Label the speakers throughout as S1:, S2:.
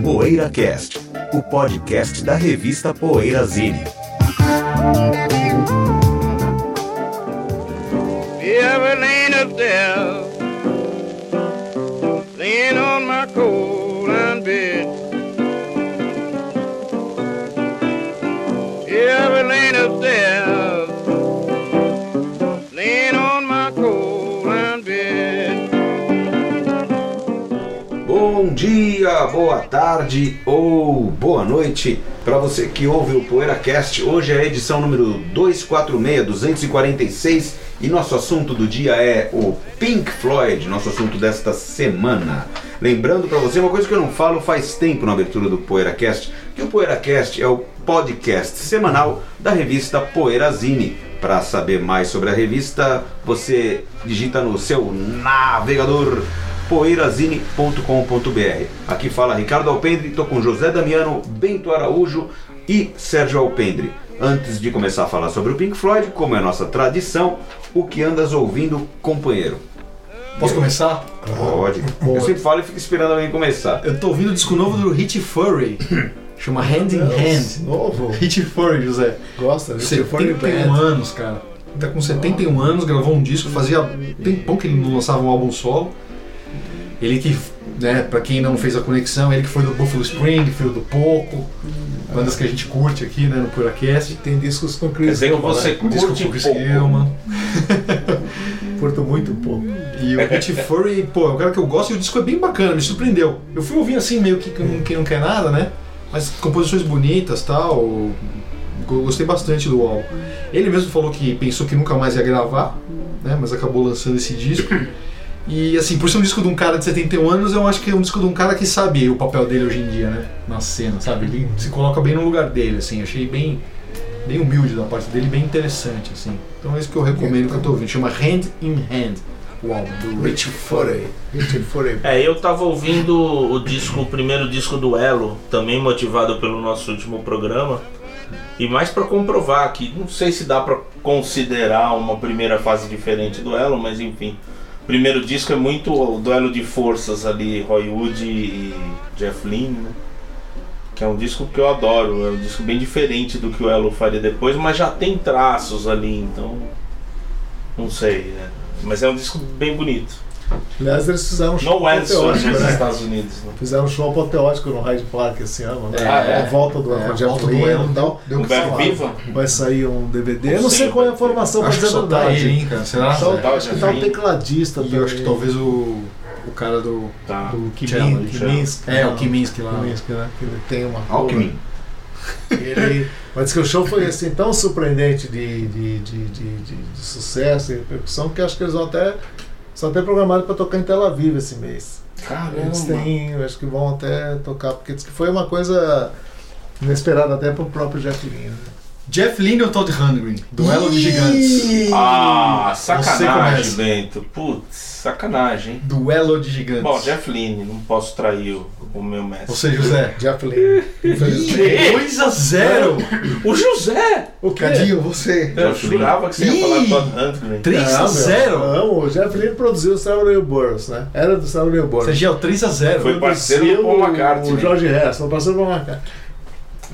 S1: PoeiraCast, o podcast da revista Poeira Zine.
S2: Be ever laying up there, laying on my cold iron bed. Be ever laying up there, laying on my cold iron bed.
S1: Bom dia, boa tarde ou boa noite para você que ouve o PoeiraCast. Hoje é a edição número 246, 246 e nosso assunto do dia é o Pink Floyd, nosso assunto desta semana. Lembrando para você uma coisa que eu não falo faz tempo na abertura do PoeiraCast, que o PoeiraCast é o podcast semanal da revista Poeirazine. Para saber mais sobre a revista, você digita no seu navegador poeirazine.com.br. Aqui fala Ricardo Alpendre, estou com José Damiano, Bento Araújo e Sérgio Alpendre. Antes de começar a falar sobre o Pink Floyd, como é nossa tradição, o que andas ouvindo, companheiro?
S3: Posso começar?
S1: Pode. Eu sempre falo e fico esperando alguém começar.
S3: Eu tô ouvindo o disco novo do Hit Furry. Chama Hand in
S4: Deus,
S3: Hand.
S4: Novo?
S3: Hit Furry, José.
S4: Gosta? né? Furry
S3: 71
S4: Band.
S3: anos, cara. Tá com 71 anos, gravou um disco, fazia tempão que ele não lançava um álbum solo. Ele que, né, pra quem não fez a conexão, ele que foi do Buffalo Spring, foi do Poco, bandas que a gente curte aqui, né, no Puracast.
S4: Tem discos com Chris
S1: dizer que
S4: Gilman,
S1: você-
S4: né?
S3: Um disco
S1: Curte
S3: com o Chris
S1: Poco.
S3: Gilman.
S4: Curto muito pouco.
S3: E o Pete Furry, pô, é um cara que eu gosto e o disco é bem bacana, me surpreendeu. Eu fui ouvir assim, meio que quem quem não quer nada, né? Mas composições bonitas tal. eu Gostei bastante do álbum. Ele mesmo falou que pensou que nunca mais ia gravar, né? Mas acabou lançando esse disco. E assim, por ser um disco de um cara de 71 anos, eu acho que é um disco de um cara que sabe o papel dele hoje em dia, né? Na cena, sabe? Ele se coloca bem no lugar dele, assim. Achei bem, bem humilde da parte dele, bem interessante, assim. Então é isso que eu recomendo que eu tô ouvindo. Chama Hand in Hand, o álbum do
S4: Rich Furry. Rich Furry.
S5: É, eu tava ouvindo o disco, o primeiro disco do Elo, também motivado pelo nosso último programa. E mais pra comprovar que não sei se dá pra considerar uma primeira fase diferente do Elo, mas enfim. O primeiro disco é muito o duelo de forças ali, Roy Wood e Jeff Lynne, né? Que é um disco que eu adoro, é um disco bem diferente do que o Elo faria depois, mas já tem traços ali, então não sei, né? Mas é um disco bem bonito.
S4: Aliás, eles fizeram um show
S5: No Edson nos
S4: apoteótico, né?
S5: Estados Unidos. Né?
S4: Fizeram um show apoteótico no Hyde Park esse ano, né?
S3: É,
S4: a
S5: é.
S4: volta do
S3: É, a
S4: Jeff
S3: volta do
S4: Lynne
S3: Elon,
S4: e tal.
S3: deu
S4: Deu
S5: O
S4: que falar.
S5: Verbo Viva?
S4: Vai sair um DVD. Eu não
S5: Sim,
S4: sei qual é a
S5: vai.
S4: formação, pra
S3: Acho que
S4: dizer a
S3: só tá ele,
S4: verdade.
S3: hein, cara? Será? É.
S4: Só
S5: Tá,
S4: acho que
S5: já
S4: tá um
S5: vi.
S4: tecladista
S3: E eu acho que
S4: também,
S3: talvez o, o cara do.
S5: Tá.
S4: do Kimin-
S3: Challenge,
S4: Kiminsky.
S3: É,
S4: né?
S3: o Kiminsky lá.
S4: Kiminsky, né? Que ele tem uma.
S1: Alckmin.
S4: Ele, mas que o show foi assim tão surpreendente de, de, de, de, de- de sucesso e repercussão que acho que eles vão até são até programados para tocar em Tel Aviv esse mês. Eles têm, eu acho que vão até tocar porque diz que foi uma coisa inesperada até pro próprio Jeff Lynne. né?
S3: Jeff Lynne ou Todd Rundgren? Duelo de gigantes.
S5: Ah, sacanagem,
S3: começa.
S5: Bento. Putz, sacanagem, hein?
S3: Duelo de gigantes.
S5: Bom, Jeff Lynne, não posso trair o, o meu mestre.
S3: Você, José.
S4: Jeff Lynne. Infelizmente.
S3: 2x0!
S5: O José!
S4: o Cadinho, você.
S5: Eu
S1: Jeff
S5: jurava que você
S3: Ih!
S5: ia falar Todd Huntley.
S3: 3x0!
S4: Não, Ah, o Jeff Lynne produziu o Samuel Burroughs, né? Era do Samuel Burroughs.
S3: Sergio, 3x0.
S5: Foi parceiro do
S4: Produziu
S5: Paul McCartney.
S4: O George Harrison, parceiro do Paul McCartney.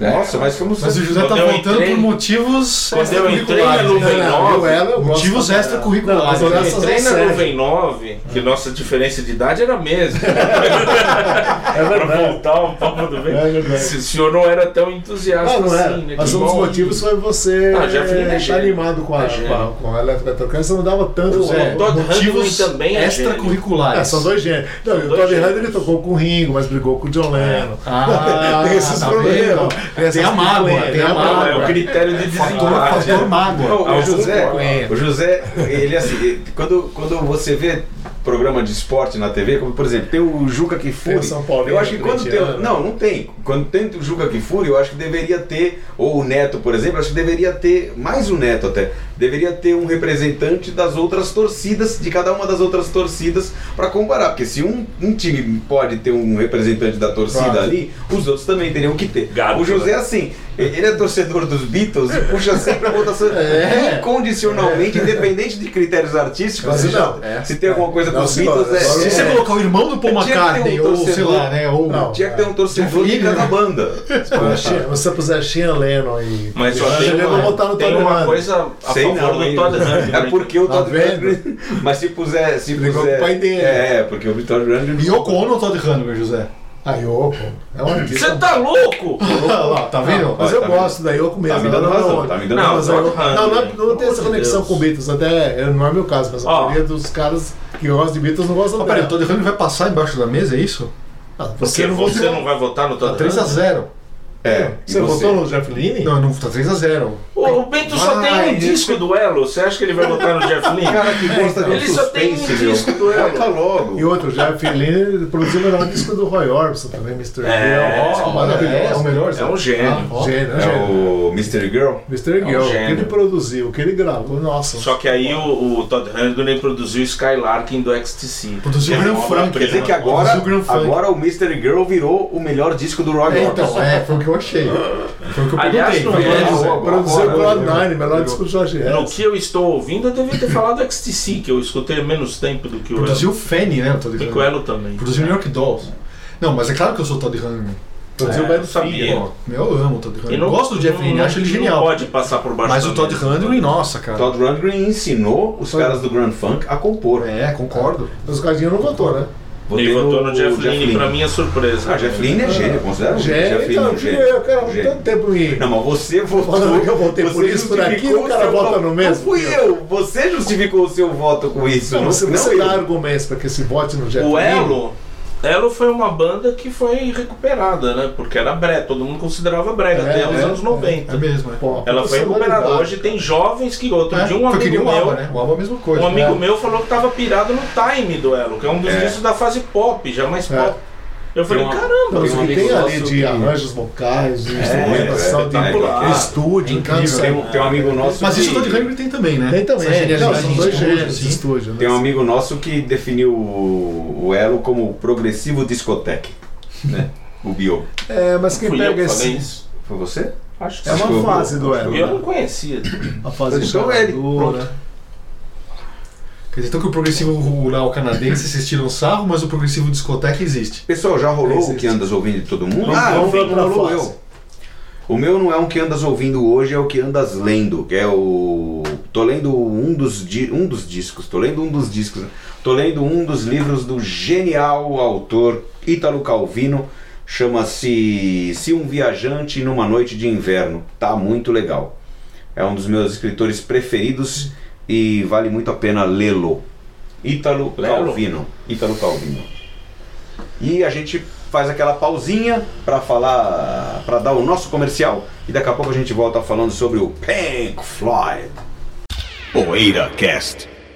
S1: Nossa, mas como
S3: Mas o
S1: você...
S3: José tá
S5: Quando eu
S3: voltando
S5: entrei-
S3: por motivos
S5: Quando eu entrei na
S3: extracurriculares.
S5: Nuvem
S3: né?
S4: Não, eu,
S5: 9,
S4: ela, eu gosto
S3: Motivos
S4: pra caralho. Não,
S3: extracurriculares.
S4: mas olha
S3: né?
S4: só.
S5: entrei na
S4: Sério.
S5: Nuvem 9, que nossa diferença de idade era a mesma.
S4: É
S5: pra
S4: verdade.
S5: voltar ao papo do
S4: É
S5: Bento.
S4: verdade.
S5: Se o senhor não era tão entusiasta
S4: Ah, não era.
S5: assim, né?
S4: Mas
S5: Que
S4: um dos
S5: bom.
S4: motivos foi você
S5: Ah, já fui
S4: eh,
S5: legenda.
S4: animado com a,
S5: É gênio.
S4: com a, com a eletroeletrônica. Você não dava tanto.
S5: Pois
S4: valor.
S5: é. O Todd
S3: Motivos
S5: Rundgren também é
S3: extracurriculares.
S4: É, são dois gêneros. Não, e o
S5: dois
S4: Todd
S5: gêneros.
S4: Hunter ele tocou com o Ringo, mas brigou com o John Lennon.
S3: Ah,
S4: Tem esses
S3: tá
S4: problemas.
S3: vendo?
S4: Tem
S3: Tem a
S4: essas né?
S3: mágoa,
S4: problemas.
S3: tem a
S5: Ah, é o
S3: mágoa.
S5: critério de
S3: Fator,
S5: desempate.
S3: fator
S5: é.
S3: mágoa.
S1: Não, o José,
S3: Cunha.
S1: o José, ele assim, ele- quando, quando você vê programa de esporte na TV, como por exemplo, tem o Juca que
S4: Tem o
S1: fure.
S4: São né? Paulo.
S1: Eu acho que quando tem. Não, não tem. Quando tem o Juca Kifuri, eu acho que deveria ter, ou o Neto, por exemplo, eu acho que deveria ter, mais o Neto até, deveria ter um representante das outras torcidas, de cada uma das outras torcidas, para comparar. Porque se um, um time pode ter um representante da torcida
S4: Claro.
S1: ali, os outros também teriam que ter.
S5: Gato,
S1: o
S3: né?
S1: José, assim, ele é torcedor dos Beatles e puxa sempre a votação
S4: É.
S1: incondicionalmente, independente de critérios artísticos.
S4: Mas
S1: se,
S4: não.
S1: já- se tem alguma coisa
S4: Não,
S1: dos
S4: se
S1: Beatles,
S4: não,
S1: é.
S4: só
S3: Se você
S1: é-
S3: colocar o irmão do
S1: Tinha
S3: Paul
S1: que ter um
S3: McCartney, ou sei
S1: torcedor.
S3: lá, né? Ou
S4: Não.
S1: Tinha que ter um torcedor de
S3: Filho,
S1: cada
S3: né?
S1: banda.
S4: Pô, Shea- você puser Shea Lennon e.
S5: Mas só
S4: Eu
S5: tem
S4: vou
S5: uma,
S3: Tá
S4: botar no
S5: tem
S4: Todd
S5: uma
S4: Rundgren.
S5: coisa a
S1: Sei
S5: favor
S1: não,
S5: do
S1: hein?
S5: Todd Rundgren.
S1: É porque o
S4: Tá
S1: Todd
S4: vendo?
S1: Rundgren. Mas se puser. Se
S4: Brigou
S1: puser
S4: com o pai dele.
S1: É, é, porque o Todd Rundgren.
S3: E Yoko Ono ou Todd Hanway, José?
S4: A Yoko. É um
S5: Você
S4: artista.
S5: tá louco?
S3: Olha lá, tá vendo?
S4: Mas
S1: Ó,
S4: eu
S1: tá me-
S4: gosto da Yoko mesmo.
S1: me dando
S4: ela não é
S1: razão,
S4: uma-
S1: tá me dando
S4: não,
S5: razão.
S4: mas a Yoko-
S5: Todd
S4: Não, não,
S5: Rundgren,
S4: é- não tem
S5: pelo
S4: essa
S5: amor de
S4: conexão
S5: Deus.
S4: com Beatles. Até não é meu caso, mas a
S5: Ó.
S4: maioria dos caras que gostam de Beatles não gostam
S3: Ah,
S4: dela.
S3: peraí, o Todd Hanway vai passar embaixo da mesa, é isso?
S4: Ah,
S5: Porque
S4: você não
S5: você
S4: votou.
S5: não vai votar no
S3: Tá
S5: Todd Rundgren?
S3: 3x0.
S1: É. e
S4: Você votou no Jeff Lynne?
S3: Não, não, tá 3x0.
S5: Ô, O Bento só tem
S3: Vai,
S5: um disco do Elo. Você acha que ele vai votar no Jeff Lynne?
S1: Cara que
S3: É,
S1: gosta de
S3: então.
S1: um
S5: Ele só tem um
S1: suspense, meu.
S5: disco do
S1: Volta
S5: Elo.
S1: logo.
S4: E outro, o Jeff Lynne produziu o melhor disco do Roy Orbison também, Mr.
S5: É,
S4: Girl. um Disco
S5: é,
S4: maravilhoso.
S3: é o melhor,
S5: É um
S4: Ah,
S5: gênio.
S4: ó, Gênio,
S1: É
S4: gênio.
S1: o Mystery Girl?
S4: Mr.
S5: um
S4: Girl, o que
S5: gênio.
S4: ele produziu, o que ele gravou, nossa.
S5: Só que aí o, o Todd Rundgren produziu Skylarkin do XTC.
S3: Produziu
S5: Que é
S3: Grand
S5: uma
S3: Funk,
S1: Quer
S5: obra-prima.
S1: dizer que
S3: Mas
S1: agora,
S3: Então, o Grand Funk-
S1: agora o Mystery Girl virou o melhor disco do Roy
S3: É,
S1: Orbison.
S3: então, é, foi o que eu achei. Foi o que eu
S5: Aliás,
S3: perguntei.
S5: não
S3: foi o que eu
S5: é,
S3: disse.
S1: Tá não é.
S4: Produziu o
S1: Agora,
S4: Cloud Nine, melhor disco do George
S5: No
S4: Harrison.
S5: que eu estou ouvindo, eu devia ter falado XTC, que eu escutei menos tempo do que o Elo.
S3: Produziu o Fanny, né? O Todd
S5: E que o
S3: Hanway.
S5: Elo também.
S3: Produziu o New York Dolls. Não, mas é claro que eu sou o Todd Hanway.
S4: Produziu
S5: É,
S4: o Bad
S5: eu sabia.
S4: Finger.
S3: Ó, Eu amo o Todd Hanway.
S5: E
S3: Eu gosto do Jeff Lynne,
S5: não-
S3: acho ele
S5: não
S3: genial.
S5: pode passar por baixo
S3: Mas
S5: da
S3: o Todd
S5: mesa.
S3: Hanway, nossa, cara.
S1: Todd Rundgren ensinou os caras do Grand Funk a compor.
S3: É, concordo.
S4: Mas o Cadinho não votou, né?
S5: Ele votou no
S1: o
S5: Jeff Lynne, pra minha surpresa.
S1: Ah, Jeff Lynne é gênio, é considera
S4: Gênio, então, eu quero tanto tempo em.
S1: um Não, mas você votou.
S4: Falando que eu votei por isso, por
S1: justificou
S4: aquilo, o cara
S1: seu
S4: vota
S1: voto.
S4: no mesmo.
S1: Não fui eu, você justificou o seu voto com isso.
S4: Não,
S1: Não,
S4: você
S1: não,
S4: você
S1: eu.
S4: dá argumentos para que se vote no Jeff
S5: O
S4: Lynne?
S5: Elo, Elo foi uma banda que foi recuperada, né? Porque era brega, todo mundo considerava brega,
S4: É,
S5: até os
S4: é,
S5: anos 90.
S3: É mesmo, é.
S4: Pô,
S5: Ela foi recuperada.
S4: personalidade.
S5: Hoje tem jovens que outro
S3: É,
S5: dia um
S3: foi que nem
S5: amigo
S3: o
S5: meu.
S3: Alba, né? O Alba é a mesma coisa.
S5: Um amigo
S3: né?
S5: meu falou que tava pirado no Time do Elo, que é um dos
S1: É.
S5: discos da fase pop, já mais
S4: É.
S5: pop. Eu falei,
S6: Tem uma-
S5: caramba,
S4: Não,
S6: Tem um
S4: isso que
S6: amigo
S4: tem ali
S6: nosso
S4: de
S6: que-
S4: arranjos vocais, de
S1: é,
S4: instrumentação, de
S1: espetacular.
S4: estúdio,
S3: É
S4: então,
S3: incrível. É.
S4: sabe?
S1: Tem um, tem um amigo nosso.
S3: Mas isso
S1: que-
S3: o Todd Hanway tem também, né?
S4: Tem
S3: Essa
S4: também, não,
S3: genialidade
S4: são
S3: de
S4: dois
S3: estúdio,
S4: gêneros
S3: assim.
S4: de estúdio, né?
S1: Tem um amigo nosso que definiu o, o Elo como progressivo discoteque, né? O Bio.
S4: É, mas quem
S5: fui eu
S4: pega
S5: que falei
S4: esse.
S5: isso.
S1: Foi você?
S5: Acho que
S4: É
S5: sim.
S1: Acho que
S4: uma fase
S1: eu-
S4: do
S5: E
S4: Elo.
S5: eu não
S4: né?
S5: conhecia.
S4: A fase de
S1: Então ele,
S4: jogador,
S1: pronto.
S4: né?
S3: Quer dizer, então que o progressivo rural canadense vocês tiram sarro, mas o progressivo discoteca existe.
S1: Pessoal, já rolou
S4: Esse-
S1: o que andas ouvindo de todo mundo? Ah,
S4: Vamos- vamos
S1: enfim,
S4: pra outra fase.
S1: O meu não é um que andas ouvindo hoje, é o que andas lendo, que é o. Tô lendo um dos, di- um dos discos, tô lendo um dos discos, né? tô lendo um dos livros do genial autor Ítalo Calvino, chama-se Se um Viajante numa Noite de Inverno. Tá muito legal. É um dos meus escritores preferidos e vale muito a pena lê-lo. Ítalo
S5: Lelo?
S1: Calvino. Ítalo Calvino. E a gente faz aquela pausinha para falar, para dar o nosso comercial e daqui a pouco a gente volta falando sobre o Pink Floyd. Poeira Cast.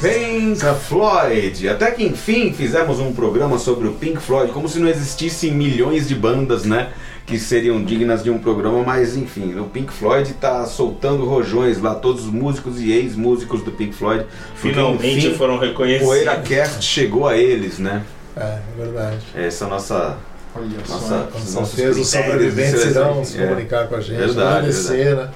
S1: Pink Floyd! Até que enfim fizemos um programa sobre o Pink Floyd, como se não existissem milhões de bandas, né? Que seriam dignas de um programa, mas enfim, o Pink Floyd tá soltando rojões lá, todos os músicos e ex-músicos do Pink Floyd. porque,
S5: Finalmente assim.
S1: enfim,
S5: foram reconhecidos.
S1: Poeira Cast chegou a eles, né?
S4: É, é verdade.
S1: Essa é a nossa.
S3: Olha só.
S1: nossa
S4: Com
S1: nossos
S4: certeza os
S1: critérios de
S4: sobreviventes
S1: seleção.
S4: irão se
S1: É.
S4: comunicar com a gente,
S1: Verdade,
S4: agradecer, né?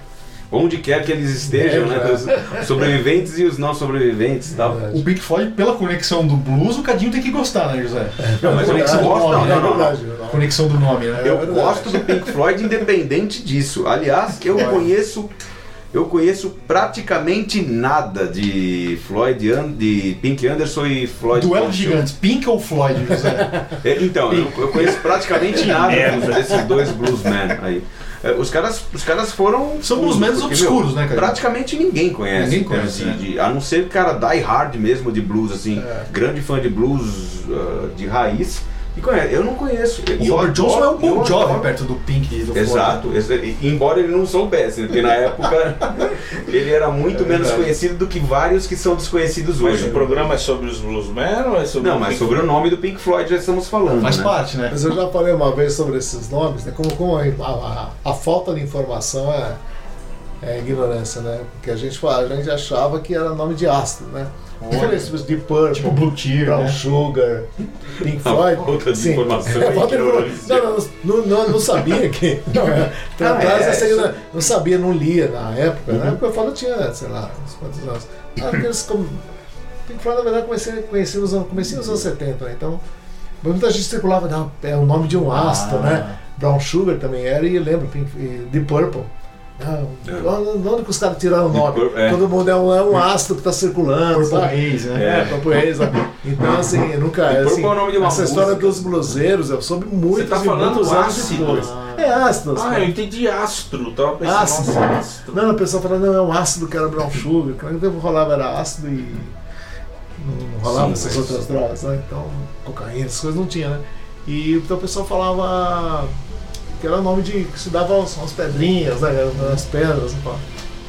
S1: Onde quer que eles estejam,
S4: É,
S1: né? Os sobreviventes e os não sobreviventes e tal.
S3: O Pink Floyd, pela conexão do blues, o Cadinho tem que gostar, né, José?
S1: Não, mas eu
S3: Conexão
S1: não
S3: do
S1: gosto,
S3: nome,
S1: não,
S3: né?
S1: não,
S4: É
S1: não.
S3: Conexão do nome, né?
S1: Eu
S4: verdade.
S1: gosto do Pink Floyd independente disso. Aliás, eu conheço eu conheço praticamente nada de Floyd, An- de Pink Anderson e Floyd.
S3: Duelo de
S1: Pink.
S3: gigantes, Pink ou Floyd, José?
S1: É, então, eu, eu conheço praticamente nada
S5: merda.
S1: dos- desses dois bluesmen aí. É, Os caras, os caras foram.
S3: São bluesmen
S1: porque,
S3: obscuros, né, cara?
S1: Praticamente ninguém conhece.
S3: Ninguém
S1: em termos
S3: conhece,
S1: de-
S3: né? É.
S1: de- a não ser o cara die hard mesmo de blues, assim, grande fã de blues ah, de raiz. E conhece. Eu não conheço.
S3: O
S1: E eu
S3: Robert Johnson é
S1: adoro-
S3: um
S1: eu
S3: bom jovem
S1: adoro-
S3: perto do Pink e do Floyd.
S1: Exato, ex- e- embora ele não soubesse, né? porque na época ele era muito menos conhecido do que vários que são desconhecidos
S5: Mas
S1: hoje.
S5: o programa é sobre os bluesmen ou é sobre
S1: Não,
S5: o
S1: mas
S5: Pink
S1: sobre o nome do Pink Floyd já estamos falando.
S3: Faz
S1: né?
S3: parte, né?
S4: Mas eu já falei uma vez sobre esses nomes, né? Como, como a, a- a falta de informação é, é ignorância, né? Porque a gente, fala- a gente achava que era nome de ácido, né? Diferentes tipos de Purple,
S3: Tipo Blue Tear,
S4: Brown
S3: né?
S4: Sugar, Pink
S1: A
S4: Floyd.
S1: falta de
S4: sim.
S1: informação
S4: É, falta de
S1: ignorância.
S4: informação. Não, não, não, não sabia que. Não, é,
S1: Ah,
S4: atrás,
S1: é,
S4: essa
S1: isso- Uhum.
S4: ainda não sabia, não lia na época. Na época eu falo, eu tinha, sei lá, uns quantos anos. Ah, porque eles como, Pink Floyd, na verdade, comecei, conheci nos anos, comecei nos anos 70, né? Então. Mas muita gente circulava, não, é o nome de um ácido,
S3: Ah.
S4: né? Brown Sugar também era, e lembro, Pink, e The Purple. Ah,
S1: É.
S4: onde- Onde que os caras tiraram o
S1: The
S4: nome?
S1: Purple, é.
S4: Todo mundo é um, é um ácido que está circulando,
S3: Purple
S4: sabe?
S3: Haze, né?
S4: É,
S1: É.
S4: Papo Reis, sabe? Então, assim, eu nunca.
S1: E por
S4: Assim,
S1: qual o nome de uma
S4: essa história
S1: música?
S4: dos bluseiros, eu soube muito.
S1: tá
S4: de
S1: falando
S4: muitos
S1: ácido?
S4: Anos depois. É ácido. assim.
S5: Ah, eu entendi astro. Tava pensando,
S4: Ácido.
S5: nossa, astro.
S4: Ah, Não, a pessoa fala, não, é um ácido que era brown sugar. que naquele tempo rolava era ácido e. Não, não rolava
S1: Sim, mas-
S4: essas outras drogas, né? Então, cocaína, essas coisas não tinha, né? E então o pessoal falava que era o nome de. que se dava aos- umas pedrinhas, né? Nas pedras, e tal.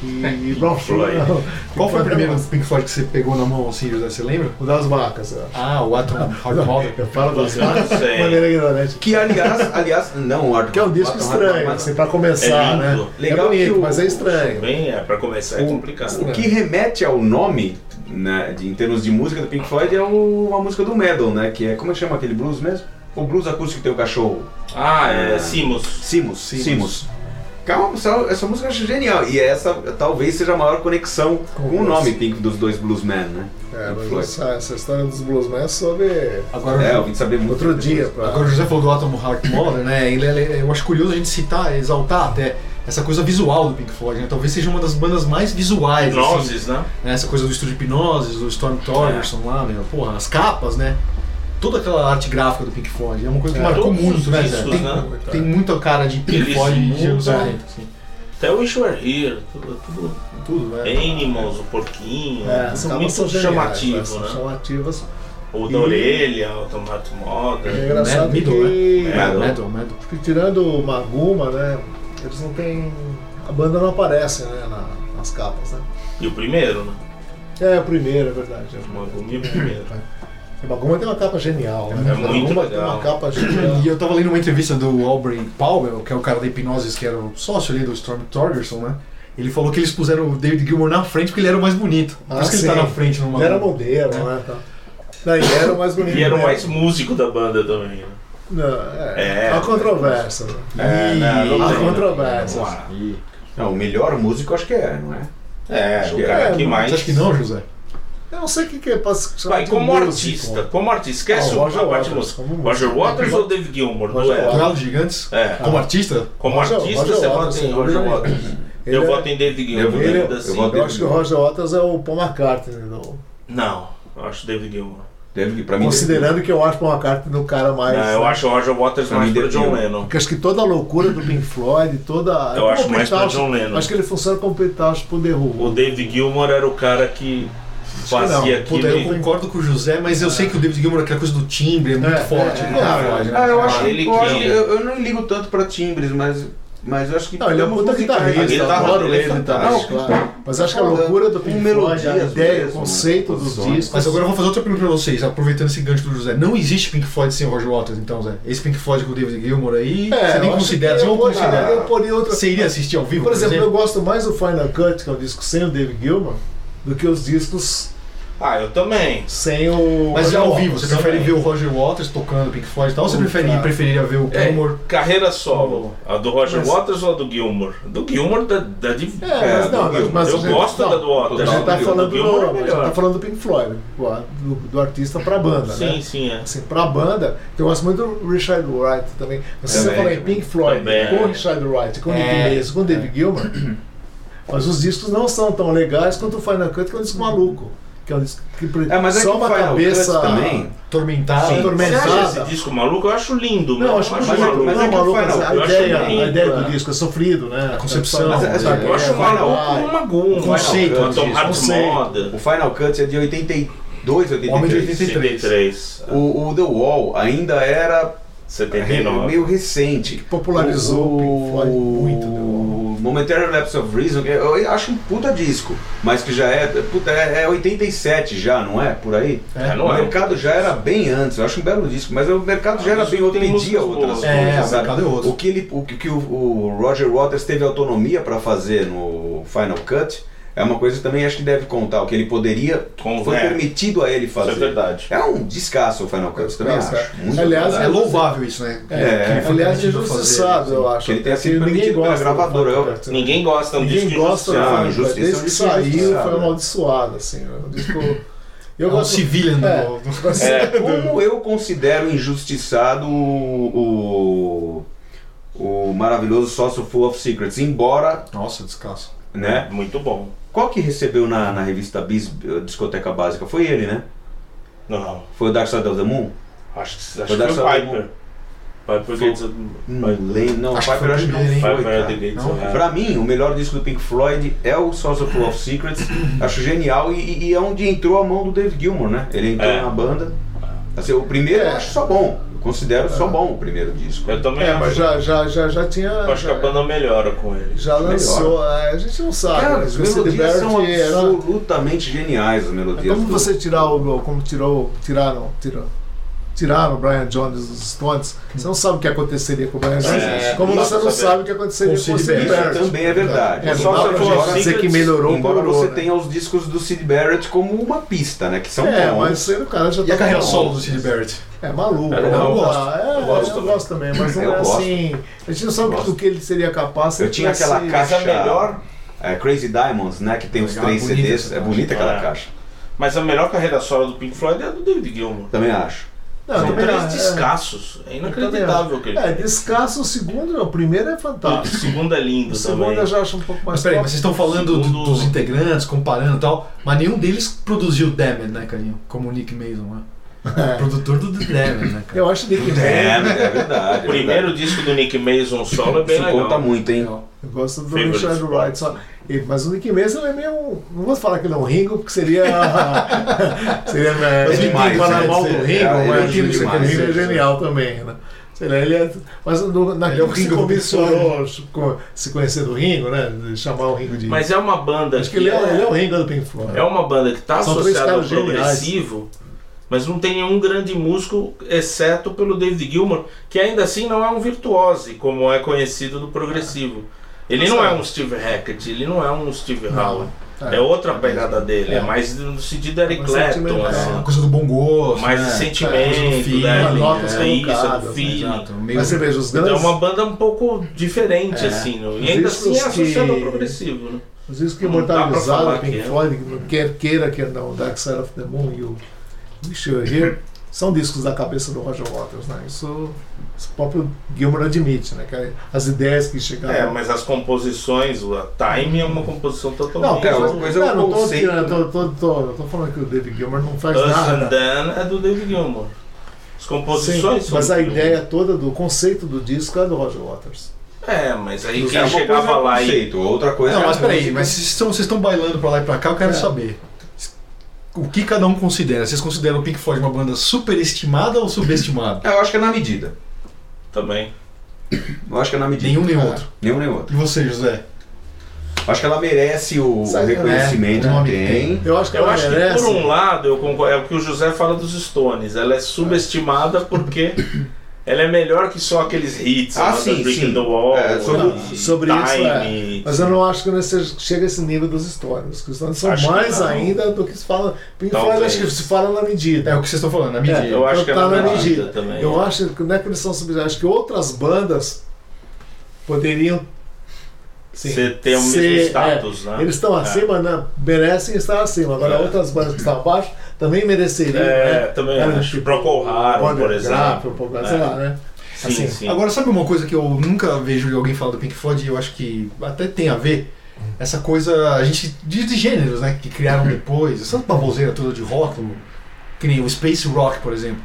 S4: E, e brown sugar.
S5: Floyd.
S4: não.
S3: Qual foi o primeiro Pink Floyd que você pegou na mão, assim, José? Você lembra?
S4: O das vacas, eu acho.
S3: Ah, o Atom Hard
S4: Eu falo das
S5: Eu não
S4: vacas de
S5: sei.
S4: maneira ignorante.
S1: Que aliás, aliás, não, Arthur.
S4: Que é um disco estranho, assim, pra começar,
S5: É lindo.
S4: né?
S1: Legal
S4: é bonito,
S1: que o-
S4: mas é estranho.
S5: Bem, é, pra começar é complicado.
S1: O que remete ao nome, né, de- em termos de música do Pink Floyd, é o- a música do Metal, né? Que é. Como é que chama aquele blues mesmo? O blues acústico que tem o cachorro.
S5: Ah, é,
S1: É.
S5: Simos.
S1: Simos.
S3: Simos.
S1: Simos. Calma, essa, essa música eu acho genial. E essa talvez seja a maior conexão com, o nome Pink dos dois bluesmen, né?
S4: É,
S1: Pink
S4: mas
S1: Floyd.
S4: essa, essa história dos bluesmen é sobre
S3: Agora,
S1: É, eu vim saber muito.
S4: outro
S1: depois.
S4: dia. Pra...
S3: agora o José falou do Atom Heart Mother, né? Ele, ele- eu acho curioso a gente citar, exaltar até essa coisa visual do Pink Floyd, né? Talvez seja uma das bandas mais visuais, assim,
S5: Nozes, né?
S3: né? Essa coisa do estúdio Hipnoses, do Storm Torgerson lá, meu. Porra, as capas, né? Toda aquela arte gráfica do Pink Floyd é uma coisa que
S4: É,
S3: marcou
S5: todos os
S3: muito, né, Zé?
S5: discos,
S3: Tem,
S5: né?
S3: tem muita cara de Pink
S5: Eles
S3: Floyd de anos
S5: mudam.
S3: 40, assim.
S5: Até o Wish You Were Here. Tudo, tudo.
S3: Tudo, né?
S5: Animals, o porquinho.
S4: É,
S5: tudo
S4: são
S5: muito
S4: são geniais,
S5: chamativo,
S4: né? São
S5: né?
S4: chamativas.
S5: O da
S4: E-
S5: orelha, o tomate
S4: E É
S5: moda.
S4: engraçado
S3: Middle,
S4: que,
S5: É.
S3: Metal, metal.
S4: que tirando o Maguma, né? Eles não têm. A banda não aparece, né? na- nas capas, né?
S5: E o primeiro, né?
S4: É, o primeiro, é verdade.
S5: O Magumi é o primeiro.
S4: O Maguma tem uma capa genial, né?
S5: É muito
S4: Maguma
S5: legal.
S4: tem uma capa genial.
S3: E eu tava lendo uma entrevista do Aubrey Powell, que é o cara da hipnose, que era o sócio ali do Storm Torgerson, né? Ele falou que eles puseram o David Gilmour na frente porque ele era o mais bonito. Por
S4: Ah,
S3: isso que ele tá
S4: sim.
S3: na frente numa.
S4: Ele era modelo, né? tal. Não, e era o mais bonito.
S5: É. E era o
S4: mesmo.
S5: mais músico da banda também, né?
S4: Não, é,
S5: É.
S4: Há controvérsia. né?
S1: É, né, não
S4: Há
S1: tem, né?
S4: controvérsias.
S5: Vamos lá.
S1: Não, o melhor músico acho que é, não é?
S5: É,
S1: que
S5: o cara
S4: é,
S5: que
S4: mas
S5: mais.
S3: Você acha que não, José?
S4: Eu não sei o que, que é pra se chamar
S5: Vai,
S4: de
S5: como
S4: um músico.
S5: artista, como artista, esquece
S4: Ah,
S5: o
S4: o Roger
S5: a parte
S4: Waters,
S5: música.
S4: como
S5: Roger
S4: músico.
S5: Waters ou David Gilmour?
S4: Roger
S5: Duelo.
S4: Waters.
S3: Duelo de Gigantes?
S5: É.
S3: Como artista?
S5: Como
S4: Roger-
S5: artista,
S4: Roger
S5: você
S4: Waters,
S5: vota em
S4: sem
S5: Roger
S4: dúvida
S5: Waters.
S4: Ele
S5: Eu
S4: é-
S5: voto em David Gilmour.
S1: vou-
S5: ainda
S1: eu
S5: assim.
S1: vou-
S4: Eu acho que o Roger Waters é o Paul McCartney. do-
S5: Não, eu acho David Gilmour.
S1: Deve, pra mim,
S4: Considerando que eu acho o Paul McCartney o cara mais.
S5: Não, eu
S4: né?
S5: acho o Roger Waters
S1: Pra
S5: mais
S1: mim,
S5: pro
S1: David
S5: John
S1: Gilmour.
S5: Lennon.
S4: Porque acho que toda a loucura do Pink Floyd, toda.
S5: Eu acho
S4: Como o
S5: mais pra
S4: Penthouse-
S5: John Lennon.
S4: Acho que ele funciona como Penthouse pro The Who.
S5: O David Gilmour era o cara que
S3: não.
S5: fazia
S3: Puta,
S5: aquilo.
S3: eu
S5: e-
S3: concordo com o José, mas eu
S1: É.
S3: sei que o David Gilmour, aquela coisa do timbre, é muito
S4: É,
S3: forte.
S4: é,
S3: né?
S4: é,
S3: Floyd, né?
S1: Ah, eu acho
S5: Ele
S1: eu
S5: que- é.
S1: acho- Eu, eu não ligo tanto pra timbres, mas, mas eu acho que.
S4: Não, ele é um puta guitarrista,
S5: Ele
S4: ele
S5: tá
S4: tá
S5: rolando,
S4: adoro ele,
S3: é
S5: ele tá-
S4: tá,
S1: Não,
S4: claro. Mas acho que a
S1: falando,
S4: loucura do
S1: com
S4: Pink
S1: melodias
S4: Floyd, a ideia,
S1: mesmo,
S4: o conceito dos
S1: posições.
S4: discos.
S3: né? Mas agora eu vou fazer outra pergunta pra vocês, aproveitando esse gancho do José. Não existe Pink Floyd sem o Roger Waters, então, Zé? Esse Pink Floyd com o David Gilmour aí,
S4: É,
S3: você nem
S4: eu acho
S3: considera,
S4: que
S3: você
S4: eu
S3: não
S4: poria-
S3: considera.
S4: Eu poria outra.
S3: Você iria assistir ao vivo,
S4: Por exemplo, eu gosto mais do Final Cut, que é um disco sem o David Gilmour, do que os discos
S5: Ah, eu também.
S4: Sem o.
S3: Mas já ao
S4: Roger
S3: vivo,
S4: Waters.
S3: você prefere
S5: também.
S3: ver o Roger Waters tocando Pink Floyd e tal? Ou você
S4: Puta.
S3: prefere, preferiria ver o
S5: É,
S3: Gilmore?
S5: carreira solo. A do Roger
S4: Mas-
S5: Waters ou a do Gilmour? Do Gilmour da, da de.
S4: É, mas
S1: É,
S4: não,
S1: do Gilmour.
S4: mas
S5: eu
S4: a gente-
S5: gosto
S4: não,
S5: da do
S4: A
S5: Waters.
S4: gente tá
S5: do
S4: falando
S5: Gilmour é
S4: do, a gente
S5: melhor.
S4: tá falando do Pink Floyd, do, do artista pra banda,
S5: sim,
S4: né?
S5: sim, é.
S4: Assim, pra banda, eu gosto muito do Richard Wright também. Mas se você
S1: Também,
S4: falar em Pink Floyd,
S5: Também.
S4: com Richard Wright, com o
S3: É.
S4: Nick Mason, com o David Gilmour, mas os discos não são tão legais quanto o Final Cut, que é um disco maluco. Que é um disco que pre-
S1: É, mas é
S4: só
S1: que
S4: uma
S1: o Final Cut
S4: cabeça.
S1: também-
S3: Tormentado?
S5: Sim. Você
S4: Atormentada.
S5: acha esse disco maluco? Eu acho lindo, mas
S4: Não, acho
S5: não
S4: que
S1: mas é-
S5: maluco.
S1: mas é
S4: não,
S1: que o
S4: maluco,
S1: Final-
S4: mas a
S5: eu acho
S4: ideia, a
S5: bonito,
S4: ideia do
S5: né?
S4: disco é sofrido, né?
S3: A concepção,
S1: mas
S4: Mas,
S1: é-
S5: Eu acho
S1: É,
S5: o maluco
S4: vai.
S5: uma goma. né?
S4: Um conceito
S5: uma
S1: disso,
S5: tomada de
S4: conceito.
S5: moda.
S1: O Final Cut é de 82,
S3: Homem de
S1: 83.
S3: 83.
S5: 73.
S1: O, o The Wall ainda era
S5: 79.
S1: meio recente.
S4: popularizou o Pink Floyd muito, The
S1: O Momentary Lapse of Reason, que eu acho um puta disco, mas que já é. Puta, é, é 87 já, não é? Por aí?
S5: É,
S1: O
S5: não é?
S1: mercado já era bem antes, eu acho um belo disco, mas o mercado já era
S5: Mas
S1: bem outro,
S5: tem
S1: pedia
S5: músicas
S1: outras
S5: boas.
S1: coisas,
S3: É, o
S1: sabe?
S3: mercado é outro.
S1: O que, ele, o, que que o, o Roger Waters teve autonomia para fazer no Final Cut é uma coisa que também acho que deve contar, o que ele poderia,
S5: Com-
S1: foi
S5: é.
S1: permitido a ele fazer.
S5: Isso é verdade.
S1: É um descasso o Final Cut, eu também
S4: Descasso,
S1: né? acho.
S4: é.
S1: Muito
S4: Aliás,
S1: verdade.
S3: É louvável isso, né?
S4: É,
S1: É,
S3: ele foi
S4: aliás, é
S3: permitido fazer,
S4: injustiçado,
S3: assim.
S4: eu acho.
S1: Que ele tenha sido
S4: Porque ninguém
S1: permitido pela
S4: gosta do
S1: gravadora,
S4: Final
S1: eu-
S4: Cut, né?
S5: Ninguém gosta, é um
S4: Ninguém
S5: disco
S4: gosta
S1: injustiçado.
S5: injustiçado.
S4: do Final Cut.
S1: Injustiça é um
S4: Desde que
S1: disco
S4: saiu,
S1: injustiçado,
S4: foi
S1: né?
S4: amaldiçoado, assim. né? Um disco...
S3: É
S4: Eu
S3: um
S4: gosto...
S3: civilian
S4: É.
S3: do... do-
S1: É, como eu considero injustiçado o, o, o maravilhoso sócio Full of Secrets, embora,
S3: Nossa, descasso.
S1: né?
S5: É Muito bom.
S1: Qual que recebeu na, na revista Bis, eh, Discoteca Básica? Foi ele, né?
S5: Não,
S1: Foi o Dark Side of the Moon?
S5: acho que,
S1: Vou
S5: acho
S1: dar
S5: que foi
S1: só
S5: o
S1: um-
S5: Piper. Piper Gates.
S1: Não lembro. Não,
S3: Acho
S1: Piper
S3: que foi o
S1: acho que não
S3: primeiro,
S1: foi,
S3: hein?
S5: Piper at the
S1: cara.
S5: Gates.
S3: Não,
S5: é.
S1: Pra mim, o melhor disco do Pink Floyd é o Source of Love Secrets. Acho genial e, e é onde entrou a mão do Dave Gilmour, né? Ele entrou
S5: É.
S1: na banda. Assim, o primeiro eu
S4: É.
S1: acho só bom. Eu considero só bom o primeiro disco.
S5: Eu também
S4: É,
S5: acho.
S4: mas já, já, já, já tinha...
S5: Eu acho que a banda melhora com ele.
S4: Já lançou, é, a gente não sabe.
S1: Cara,
S4: né?
S1: as
S4: Você
S1: melodias são
S4: diverte, era-
S1: absolutamente geniais, as
S4: É
S1: melodias.
S4: como
S1: do-
S4: você tirar o. Como tirou. Tiraram. Tiraram. Tiraram o Brian Jones dos Stones, você não sabe o que aconteceria com o Brian Jones.
S5: É,
S4: como
S5: não
S4: você
S5: dá
S4: não
S5: pra saber.
S4: sabe o que aconteceria
S3: Com o
S4: com o
S3: Sid
S4: Sid
S1: Isso
S3: Barrett.
S4: Barrett.
S1: também é verdade.
S4: É,
S1: Só
S4: não dá
S1: que
S4: pra
S1: agora-
S4: dizer que melhorou
S1: Embora
S4: piorou,
S1: você
S4: né?
S1: tenha os discos do Sid Barrett como uma pista, né? Que são
S4: É,
S1: bons.
S4: mas o cara já
S3: E
S4: tá
S3: a carreira
S4: bom.
S3: solo do Sid Barrett?
S4: É maluco.
S5: Cara, eu
S4: não
S3: gosto.
S4: dá. É,
S5: Eu
S4: eu
S5: gosto
S4: gosto,
S5: também.
S4: também, mas não
S1: Eu
S4: é
S1: gosto.
S4: assim. A gente não sabe
S1: Gosto.
S4: do que ele seria capaz. se
S1: Eu tinha
S4: tivesse-
S1: aquela
S5: Mas
S1: caixa.
S5: a melhor,
S1: É, Crazy Diamonds, né? Que tem os
S3: Legal,
S1: três
S3: bonita
S1: CDs.
S3: essa
S1: É
S3: caixa.
S1: bonita aquela
S5: É.
S1: caixa.
S5: mas a melhor carreira solo do Pink Floyd é a do David Gilmour.
S1: Também acho.
S4: Não, eu
S5: São
S4: também
S5: três
S4: acho, é.
S5: descassos. É inacreditável que ele
S4: É, descasso o segundo, não, o primeiro é
S5: O
S4: fantástico.
S5: segundo é lindo
S4: O
S5: também.
S4: segundo eu já acho um pouco mais
S3: Mas peraí,
S4: top.
S3: mas vocês estão falando do-
S5: Segundo-
S3: dos integrantes, comparando e tal, mas nenhum deles produziu Damned, né, Carinho? Como o Nick Mason, né? Produtor do The Damned, né, cara?
S4: É. Eu acho Nick
S1: É,
S4: Mason.
S1: é verdade.
S5: O primeiro disco do Nick Mason solo é
S1: é
S5: bem
S1: verdade. Isso
S5: legal.
S1: conta muito, hein?
S4: Eu gosto do
S5: Favorite
S4: Richard
S5: spot.
S4: Wright, só. E- Mas o Nick Mason é meio. um- Não vou falar que ele é um Ringo, porque seria. seria. né,
S1: Mas demais,
S4: falar
S1: né?
S4: mal do
S1: Ele é-
S4: Ringo,
S1: ele é
S4: mas o Nick
S1: demais,
S4: Mason é
S1: né?
S4: genial também, né? Sei lá, ele é. Mas no,
S3: Ele é
S4: naquilo
S3: o
S4: que se
S3: Ringo do
S4: convencionou co- se conhecer do Ringo, né? de Chamar o Ringo de.
S5: Mas é uma banda
S4: acho que ele é, ele é o Ringo do Pink Floyd.
S5: é uma banda que tá
S4: São três
S5: associada ao
S4: caras geniais.
S5: progressivo, mas não tem nenhum grande músico, exceto pelo David Gilmour, que ainda assim não é um virtuose, como é conhecido do progressivo. Ele não é um Steve Hackett, ele não é um Steve Howard.
S4: é.
S5: É outra pegada dele, é,
S4: É.
S5: mais no sentido Eric
S4: Mais
S5: Clapton,
S4: sentimental.
S3: É uma
S5: assim.
S3: coisa do bom gosto,
S5: Mais
S3: né?
S5: de
S3: É, coisa do
S5: sentimento,
S3: feeling,
S5: né?
S3: uma
S4: nota
S5: É isso, é
S4: colocada,
S5: do
S4: né?
S5: feeling.
S3: Exato, meio...
S4: Mas você veja os
S5: Então é
S4: Guns.
S5: uma banda um pouco diferente,
S3: É.
S5: assim, no-
S4: Os
S5: e ainda assim é
S4: discos que-
S5: associada ao progressivo, né?
S4: Os discos que
S5: Não dá pra
S4: imortalizaram
S5: falar
S4: o Pink
S5: que é.
S4: Floyd, quer queira, quer não, Dark Side of the Moon e o Wish You Were Here, são discos da cabeça do Roger Waters, né? Isso, isso o próprio Gilmour admite, né? Que as ideias que chegaram...
S5: É, mas as composições, o Time é uma composição
S4: Não,
S5: totalmente.
S1: cara,
S4: cara,
S1: uma coisa é o
S4: não, não tô
S1: conceito,
S5: né?
S4: tirando, tô, tô, tô, tô falando que o David Gilmour não faz
S5: Us and
S4: nada.
S5: Then é do David Gilmour. As composições
S4: Sim,
S5: são
S4: mas
S5: do
S4: a
S5: Gilmour.
S4: ideia toda do conceito do disco é do Roger Waters.
S5: É, mas aí
S1: É,
S5: quem
S1: uma coisa
S5: chegava
S1: é o
S5: lá e.
S1: conceito, outra coisa
S3: Não,
S1: é a
S3: mas peraí,
S1: música.
S3: mas vocês estão, vocês estão bailando pra lá e pra cá, eu quero
S4: É.
S3: saber. O que cada um considera? Vocês consideram o Pink Floyd uma banda superestimada ou subestimada?
S1: É, Eu acho que é na medida.
S5: Também.
S1: Eu acho que é na medida.
S3: Nenhum nem
S4: É.
S3: um outro.
S1: Nenhum nem outro.
S3: E você, José?
S1: Acho que ela merece o
S4: Sabe,
S1: reconhecimento
S3: né? O
S1: que
S3: nome
S1: tem.
S4: Eu acho que
S5: Eu
S4: ela
S5: acho que
S4: merece.
S5: por um lado, eu concordo, é o que o José fala dos Stones. Ela é subestimada é porque ela é melhor que só aqueles hits.
S1: Ah,
S5: a Another
S1: sim,
S5: Brick in
S1: sim.
S5: The Wall,
S1: É, sobre-
S5: e
S4: sobre
S5: Time,
S4: isso, é. Mas eu não acho que não seja- chega a esse nível das histórias. As histórias são
S5: Acho que
S4: mais
S5: não.
S4: ainda do que se fala. Pink
S5: Talvez.
S4: Floyd acho que se fala na medida.
S3: É o que vocês estão falando, na medida.
S4: É,
S5: Eu acho que é
S4: tá
S5: na
S4: na
S5: medida
S4: medida.
S5: também.
S4: Eu acho que não é que eles são sub acho que outras bandas poderiam sim,
S5: Você tem o
S4: ser-
S5: mesmo
S4: é,
S5: status, né?
S4: Eles estão acima, né? merecem estar acima. Agora,
S5: É.
S4: outras bandas que estão abaixo também mereceriam.
S5: É,
S4: né?
S5: também
S4: Cara,
S5: acho.
S4: tipo,
S5: Procol Harum, por
S4: Underground,
S1: tipo,
S5: exemplo.
S4: Procol Harum,
S5: É.
S4: sei lá, né?
S5: Sim,
S4: assim,
S5: sim.
S3: Agora, sabe uma coisa que eu nunca vejo alguém falar do Pink Floyd e eu acho que até tem a ver? Essa coisa, a gente diz de gêneros, né? Que criaram depois, essa baboseira toda de rock, o- que nem o Space Rock, por exemplo.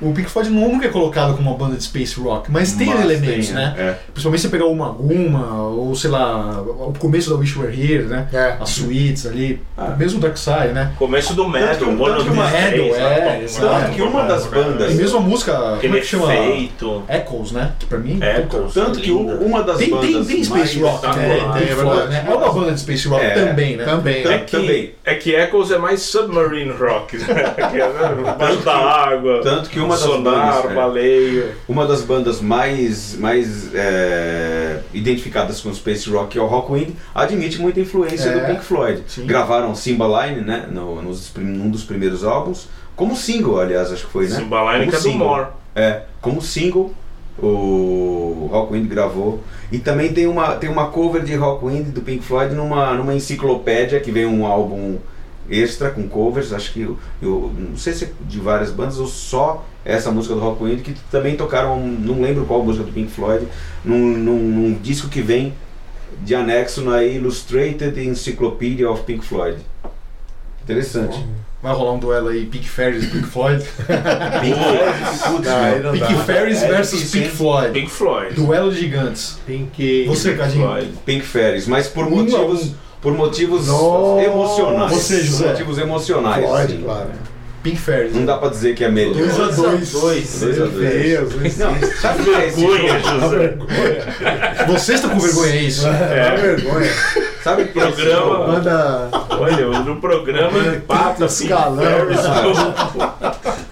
S3: O Pink Floyd nunca é colocado como uma banda de Space Rock, mas tem
S1: Mas
S3: elementos,
S1: tem,
S3: né?
S1: É.
S3: Principalmente se você pegar o Maguma, ou sei lá, o começo da Wish You Were Here, né?
S4: É.
S3: As suítes ali,
S1: Ah.
S3: mesmo o Dark Side, né?
S5: Começo do
S1: que-
S5: Metal,
S1: tanto
S5: One
S1: que
S5: of
S1: uma
S5: These
S3: Metal,
S5: Days,
S3: é,
S5: né?
S3: exato.
S1: Tanto que uma das bandas-
S3: E mesmo a música, como
S5: Aquele
S3: é que chama?
S5: efeito.
S3: Echoes, né? Que pra mim
S5: Echoes.
S1: Tanto que
S5: linda.
S1: um- uma das
S3: Tem, tem,
S1: bandas
S3: tem
S1: mais...
S3: Space Rock,
S5: tá
S3: né?
S5: lá,
S3: Tem
S4: é
S3: Floyd,
S4: verdade.
S3: né? É uma banda de Space Rock
S1: É.
S3: também, né?
S4: Também.
S5: É
S4: né?
S5: que,
S1: Também.
S5: é que Echoes é mais submarine rock, né? Que é Baixo da água,
S1: Tanto que uma das
S5: sonar,
S1: bandas, é.
S5: baleia.
S1: Uma das bandas mais, mais é, identificadas com o Space Rock, que é o Rockwind, admite muita influência
S3: É,
S1: do Pink Floyd.
S3: sim.
S1: Gravaram Cymbaline, né, no, nos, prim- num dos primeiros álbuns, como single, aliás, acho que foi, né?
S5: Cymbaline
S1: Como
S5: que é do
S1: single.
S5: More.
S1: É, como single, o Rockwind gravou. E também tem uma, tem uma cover de Rockwind do Pink Floyd numa, numa enciclopédia que vem um álbum extra com covers, acho que eu, eu não sei se é de várias bandas ou só essa música do Rockwind que também tocaram, não lembro qual música do Pink Floyd, num, num, num disco que vem de anexo na Illustrated Encyclopedia of Pink Floyd. Interessante.
S3: Vai rolar um duelo aí, Pink Ferris e Pink Floyd.
S1: Pink Floyd, putz,
S4: Não,
S1: meu.
S4: aí não dá.
S3: Pink Ferris
S1: É
S3: versus
S1: difícil,
S3: Pink
S1: hein?
S3: Floyd.
S5: Pink Floyd.
S3: Duelo de gigantes.
S4: Pink.
S3: Você, Cadinho.
S5: Floyd.
S1: Pink Ferris, mas por
S3: Um
S1: motivos,
S3: a um.
S1: por motivos
S4: Nossa.
S1: emocionais.
S3: Você, José.
S1: Por motivos emocionais. assim.
S4: Floyd, claro.
S3: Pink Ferris.
S1: Não dá pra dizer que é melhor.
S3: Dois a dois.
S1: Dois a dois.
S4: Deus, não existe.
S1: Não, sabe o que é esse
S5: Cunha,
S1: jogo?
S5: José.
S3: Vocês estão com vergonha, é isso?
S4: É uma vergonha.
S1: Sabe o que é esse
S5: Programa.
S1: jogo?
S4: Banda.
S5: Olha, no programa empata Pink
S4: Escalão,
S1: né?
S5: Ferris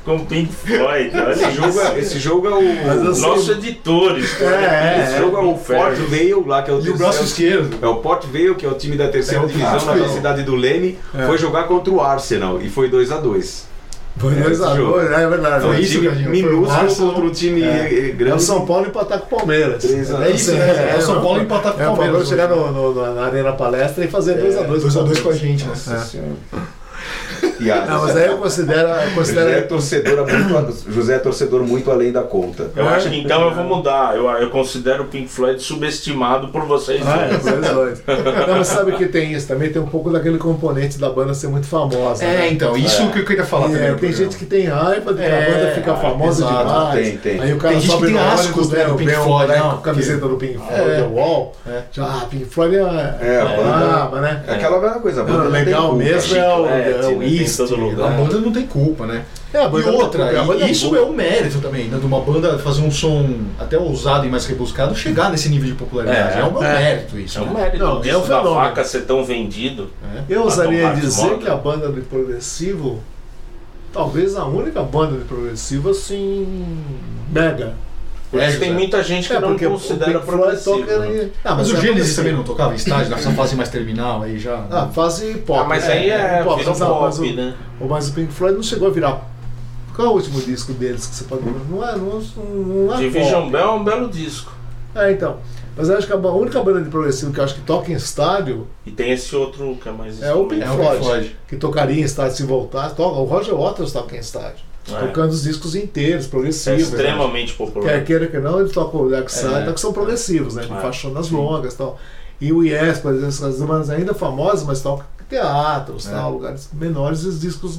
S5: com- com Pink Floyd. Olha
S1: Esse jogo, é,
S5: isso.
S1: esse jogo é
S4: Mas
S1: o.
S3: assim,
S4: eu-
S5: Nossos editores.
S4: É,
S1: Esse jogo é o
S5: Pink Floyd.
S1: Port Vale lá, que é o
S3: E o
S1: terceiro-
S3: braço esquerdo.
S1: É o Port Vale, que é o time da terceira
S3: É o É.
S1: divisão
S3: clássico.
S1: na cidade do Leme, foi jogar contra o Arsenal e foi 2 a 2
S4: Foi
S1: É,
S4: dois a
S1: esse jogo.
S4: dois, é verdade.
S1: Foi
S3: Foi
S1: um
S3: isso,
S1: time
S3: Gardinho, foi o
S1: minúsculo
S3: Arsenal.
S1: contra um time
S4: É.
S1: eh,
S4: É o
S1: grande.
S4: São Paulo empatar com o Palmeiras.
S1: Três a
S3: É isso, né? É o São Paulo empatar com
S4: É
S3: o
S4: o Palmeiras É,
S3: Palmeiras.
S4: chegar no, no- na- na Arena Palestra e fazer 2x2
S3: 2x2 com a gente, né?
S1: Nossa Senhora. E a-
S4: É.
S3: é
S4: Não, mas aí eu considero. Eu
S1: José é
S3: né?
S4: considero
S1: torcedor muito, José é torcedor muito além da conta.
S5: Eu acho que então eu vou mudar. Eu, eu considero o Pink Floyd subestimado por vocês.
S4: Ah, é,
S5: dois.
S4: dois a dois. Não, mas sabe que tem isso também? Tem um pouco daquele componente da banda ser muito famosa.
S3: É,
S4: né?
S3: então, isso que eu queria falar
S4: É,
S3: também. no
S4: tem
S3: programa.
S4: gente que tem raiva de que
S3: É,
S4: a banda fica famosa
S3: exato,
S4: demais.
S1: tem, tem.
S4: Aí o cara
S3: Tem gente
S4: sobe
S3: que tem
S4: no
S3: ascos,
S4: ônibus,
S3: né,
S4: né?
S3: do
S4: O
S3: Pink
S4: Ben
S3: Floyd,
S4: Black
S3: não,
S4: com a camiseta do Pink Floyd,
S3: É.
S4: The Wall.
S3: É.
S4: Já, ah, Pink Floyd é,
S1: É, a banda-
S4: braba, né?
S1: É aquela velha coisa. a
S4: Não,
S1: banda não tem
S4: legal
S1: culpa.
S4: mesmo é o, é, o
S5: Chiclete, né, tem
S4: East,
S5: todo lugar.
S3: A banda não tem culpa, né?
S4: É, a
S3: E
S4: banda
S3: outra,
S4: a banda
S3: e isso
S4: boa.
S3: é um mérito também, né, de uma banda fazer um som até ousado e mais rebuscado, chegar nesse nível de popularidade.
S5: É,
S3: É, um
S4: é.
S3: mérito isso.
S5: É um
S3: né?
S5: mérito
S4: Não,
S5: o
S4: é um
S5: disco da
S4: fenômeno.
S5: vaca ser tão vendido.
S4: né? Eu ousaria
S5: Barton
S4: dizer
S5: Moda.
S4: que a banda de progressivo, talvez a única banda de progressivo assim. mega.
S5: Por isso tem
S3: José.
S5: muita gente que
S4: É,
S5: não
S4: porque o
S5: considera
S4: Pink Floyd
S5: progressivo.
S4: toca.
S5: né?
S4: em- Ah,
S3: Ah, mas o
S4: é
S3: Gênesis
S4: progressivo.
S3: também não tocava em estágio, nessa fase mais terminal aí já.
S4: Ah, fase pop.
S5: Ah, mas aí é,
S4: pop,
S5: virou
S4: mas, ah, mas
S5: pop,
S4: o,
S5: né?
S4: mas o Pink Floyd não chegou a virar. Qual é o último disco deles que você pode. Não é, não, não é
S5: Division
S4: pop.
S5: Bell é um belo disco.
S4: É, então. Mas eu acho que a ba- a única banda de progressivo que eu acho que toca em estádio
S5: E tem esse outro que é mais.
S4: É o Pink
S3: é o
S4: Floyd.
S3: Pink Floyd.
S4: que tocaria em estádio se voltar. Toca, o Roger Waters toca em estádio.
S5: É.
S4: Tocando os discos inteiros,
S5: É
S4: progressivos. né?
S5: extremamente
S4: Quer
S5: popular.
S4: queira que não, eles tocam o Dark Side,
S3: É.
S4: tá, que são progressivos, né? Com
S5: É.
S4: faixonas longas e tal. E o Yes, por exemplo, essas bandas ainda famosas, mas tocam em teatros,
S3: É.
S4: tal, lugares menores e os discos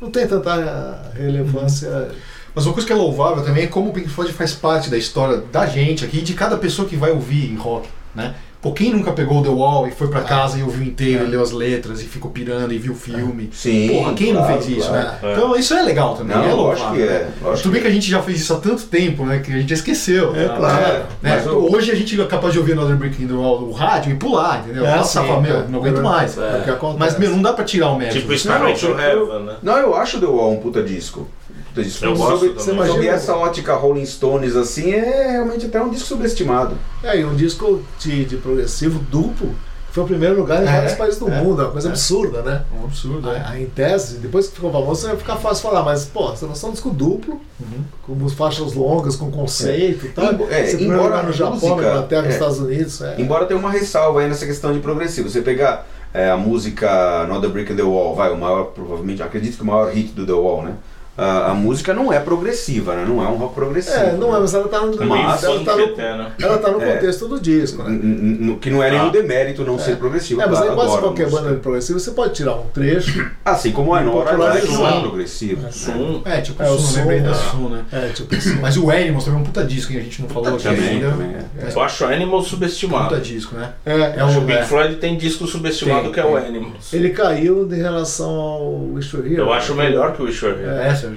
S4: não tem tanta relevância.
S3: Mas uma coisa que é louvável também é como o Pink Floyd faz parte da história da gente aqui, e de cada pessoa que vai ouvir rock, né? Pô, quem nunca pegou The Wall e foi pra casa e ouviu inteiro,
S4: É.
S3: e leu as letras, e ficou pirando e viu o filme?
S1: Sim.
S3: Porra, quem não
S1: claro,
S3: fez isso,
S1: claro.
S3: né?
S5: É.
S3: Então isso é legal também,
S1: Não,
S3: é
S1: lógico
S3: louvável.
S1: que é.
S3: né?
S1: Lógico
S3: Tudo bem que a gente já fez isso há tanto tempo, né? Que a gente já esqueceu.
S4: É, claro.
S3: né?
S1: É, mas
S3: Né?
S1: o-
S3: Hoje a gente é capaz de ouvir Another Breaking the Wall no rádio e pular, entendeu?
S4: É,
S3: Nossa,
S4: sim,
S3: fala, meu,
S4: é.
S3: não aguento mais.
S4: É o que acontece.
S3: Mas, meu, não dá pra tirar o mérito.
S5: Tipo Star
S1: Não,
S5: Wars
S1: eu-
S5: Heaven, né?
S1: Não, eu acho The Wall um puta disco. do disco.
S5: Eu gosto
S1: Sobre-
S5: também.
S1: Você imagina Sobre essa ótica Rolling Stones assim, é realmente até um disco subestimado.
S4: É, e um disco de, de progressivo duplo que foi o primeiro lugar em
S3: É,
S4: vários países do
S3: é,
S4: mundo, é uma coisa
S3: é.
S4: absurda, né?
S3: É um absurdo, é.
S4: A- a- em tese, depois que ficou famoso, vai ficar fácil falar, mas pô, você lançou um disco duplo,
S3: Uhum.
S4: com faixas longas, com conceito e tal.
S1: Embo- é,
S4: Você primeiro
S1: embora
S4: lugar
S1: a
S4: no Japão,
S1: música-
S4: na Inglaterra,
S1: é.
S4: nos Estados Unidos. É.
S1: Embora tenha uma ressalva aí nessa questão de progressivo. Você pegar é, a música Another Brick in the Wall, vai, o maior, provavelmente, acredito que o maior hit do The Wall, né? A, a música não é progressiva, né? Não é um rock progressivo. né?
S4: É, não é, mas ela tá no,
S5: É meio
S1: Mas
S4: ela
S5: funk
S4: tá no,
S5: eterno.
S4: ela tá no
S1: É.
S4: contexto do disco, né?
S1: N- n- n- Que não é nenhum
S5: Ah.
S1: demérito não ser progressivo.
S4: É, mas aí
S1: claro,
S4: quase
S1: adoro
S4: qualquer
S1: música.
S4: banda de progressivo, você pode tirar um trecho,
S1: Assim como a Nora
S4: Popularizar.
S1: que não é progressiva.
S5: Sum.
S3: É, tipo,
S4: É,
S3: o
S4: o
S3: Sun,
S4: Sun,
S3: lembrei da
S4: é.
S3: Sun, né?
S4: é, tipo assim,
S3: Mas o Animals também é um puta disco que a gente não falou aqui
S1: Também,
S3: ainda.
S1: também. é.
S5: Eu acho Animal
S3: Puta
S5: subestimado.
S3: disco, né?
S4: é,
S3: É
S5: Acho
S3: um
S5: que o Pink
S3: é.
S5: Floyd tem disco subestimado
S3: Tem,
S5: que é o
S3: tem.
S5: Animals.
S4: ele caiu em relação ao Wish You Were Here.
S5: Eu acho melhor que o Wish You Were Here.
S3: É, Sérgio.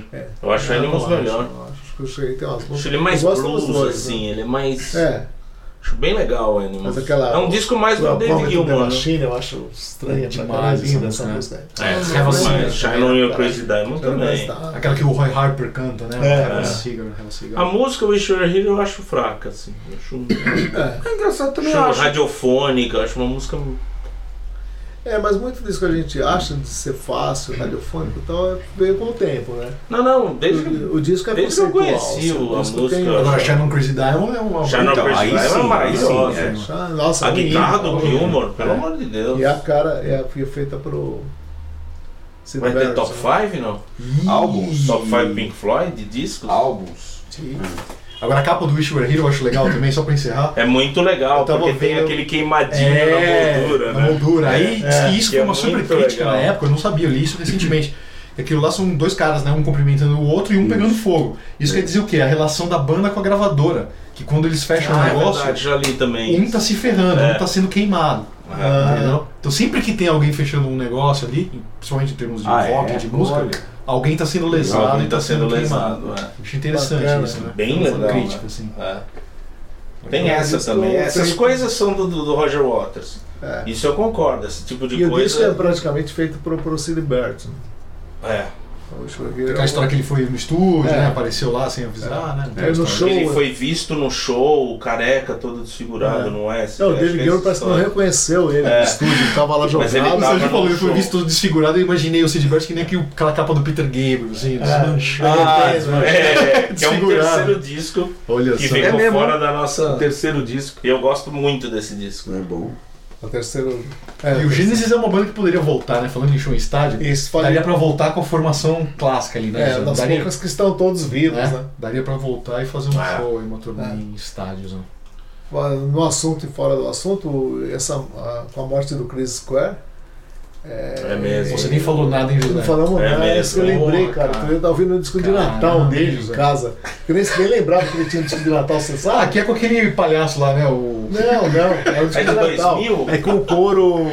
S5: Eu acho Animals
S4: não É, acho,
S5: melhor.
S4: não acho. Acho que eu cheguei, tem umas
S5: Acho
S4: músicas-
S5: ele mais
S4: eu gosto dos
S5: blues,
S4: dois,
S5: assim,
S4: né?
S5: ele é mais.
S4: É,
S5: Acho bem legal o Animals.
S4: Mas aquela-
S5: É um disco mais
S4: o
S5: do David
S4: Appointment
S5: Gilmour.
S4: da
S5: né?
S4: China eu acho estranha pra
S3: Demais
S4: caralho,
S3: essa
S4: linda essa
S3: música,
S4: música.
S5: É,
S4: Ah,
S5: Shine
S4: mas-
S5: On- Shine On Your Crazy Diamond
S4: Então,
S5: também.
S4: tá.
S3: Aquela que o Roy Harper canta, né?
S4: É.
S3: Aquela
S5: É.
S3: Cigar, aquela Cigar.
S5: A música Wish You Were Here eu acho fraca, assim. Eu acho,
S4: É.
S1: É engraçado também, eu
S5: acho
S1: acho.
S5: radiofônica, eu acho uma música.
S4: É, mas muito disso que a gente acha de ser fácil, radiofônico e tal, é veio com o tempo, né?
S5: Não, não, desde que.
S4: O, o disco é
S5: desde que eu
S4: conceitual.
S5: conheci
S4: assim,
S5: a
S4: disco
S5: música-
S4: tem-
S3: Agora, Shannon Crazy Diamond é uma.
S5: Shine On
S1: Então,
S5: Your Crazy
S1: aí
S5: Diamond é
S1: sim,
S5: maravilhosa.
S1: aí
S5: né?
S4: Ah, Nossa,
S5: A
S4: menina,
S5: guitarra do
S4: menina.
S5: Gilmore, pelo
S4: É.
S5: amor de Deus.
S4: E a cara é, foi feita pro. Sid
S5: Vai ter
S4: Barrett,
S5: top
S4: né?
S5: 5, não?
S1: Álbuns.
S5: Top 5 Pink Floyd de discos?
S1: Álbuns.
S4: Sim.
S3: Agora, a capa do Wish You Were Here eu acho legal também, só pra encerrar. É,
S5: É muito legal,
S4: Eu tava É,
S5: porque tem
S4: vendo-
S5: aquele queimadinho É, na moldura,
S3: na
S5: né?
S3: moldura. Aí
S5: É.
S3: diz que isso
S5: Que
S3: foi
S5: é
S3: uma super
S5: muito
S3: crítica
S5: legal.
S3: na época, eu não sabia, eu li isso recentemente. Aquilo lá são dois caras, né? Um cumprimentando o outro e um pegando fogo. Isso quer dizer o quê? A relação da banda com a gravadora. Que quando eles fecham
S5: Ah,
S3: o
S5: é
S3: negócio,
S5: verdade, já li também.
S3: um tá se ferrando,
S5: É.
S3: um tá sendo queimado.
S5: Ah,
S3: entendeu? Então sempre que tem alguém fechando um negócio ali, principalmente em termos de
S1: Ah,
S3: rock,
S1: é?
S3: de música,
S1: Olha.
S3: alguém tá sendo lesado
S5: Alguém
S3: e tá,
S5: tá sendo
S3: queimado.
S5: lesado, é.
S3: Acho interessante
S4: Bacana,
S3: isso, né?
S5: Bem
S3: Uma
S5: legal,
S3: crítica,
S5: né?
S3: assim.
S5: É. Tem essa
S4: Isso
S5: também.
S4: eu
S5: Essas
S4: sei.
S5: coisas são do, do do Roger Waters.
S4: É.
S5: Isso eu concordo, esse tipo de
S4: E o disco é
S5: coisa.
S4: praticamente feito pro, pro Sid Barrett. né?
S5: É.
S4: O Schwarzenegger é
S3: Aquela
S4: um-
S3: história que ele foi no estúdio,
S4: É.
S3: né? Apareceu lá sem avisar, né?
S4: É, no show.
S5: Ele foi visto no show, careca, todo desfigurado,
S4: É.
S5: não
S4: Não,
S5: é?
S4: o
S5: Acho que
S4: David
S5: é
S4: Gilmour parece
S5: essa
S4: que não
S5: história.
S4: reconheceu ele
S5: É.
S4: no estúdio, ele tava lá jogado.
S5: Mas ele
S3: O
S5: tava
S3: Sérgio
S5: no
S3: falou, ele foi
S5: show.
S3: visto todo desfigurado, eu imaginei o Sid Barrett que nem aquele- aquela capa do Peter Gabriel, assim, desmanchado.
S4: É. Ah,
S5: É, que é um
S3: Desfigurado.
S5: terceiro disco
S4: Olha
S5: que
S4: só.
S5: ficou
S1: mesmo?
S5: fora da nossa.
S4: Um
S1: O terceiro disco.
S5: Eu gosto muito desse disco.
S1: É bom.
S4: O terceiro. É,
S3: E o Genesis é uma banda que poderia voltar, né? Falando em show em estádio,
S4: Isso,
S3: daria
S4: falei.
S3: pra voltar com a formação clássica ali, né?
S4: É, das
S3: daria,
S4: poucas que estão todos vivos,
S3: né?
S4: né?
S3: daria pra voltar e fazer um
S5: É.
S3: show aí, uma turnê
S4: É.
S3: em estádios, né?
S4: No assunto e fora do assunto, essa, a- com a morte do Chris Square.
S5: É mesmo.
S3: Você nem falou nada, hein,
S4: Não
S3: José?
S4: falamos
S5: É
S4: nada, é isso que eu
S5: mesmo.
S4: lembrei,
S3: Porra,
S4: cara.
S3: cara.
S4: Eu tava ouvindo o disco de
S3: Caramba,
S4: Natal dele em
S3: José.
S4: casa. Eu nem, nem lembrava que ele tinha um disco de Natal, você
S3: Ah,
S4: sabe?
S3: aqui é com aquele palhaço lá, né? O...
S4: Não, não, é um disco
S5: É de
S4: de Natal.
S5: 2000?
S4: É com o couro.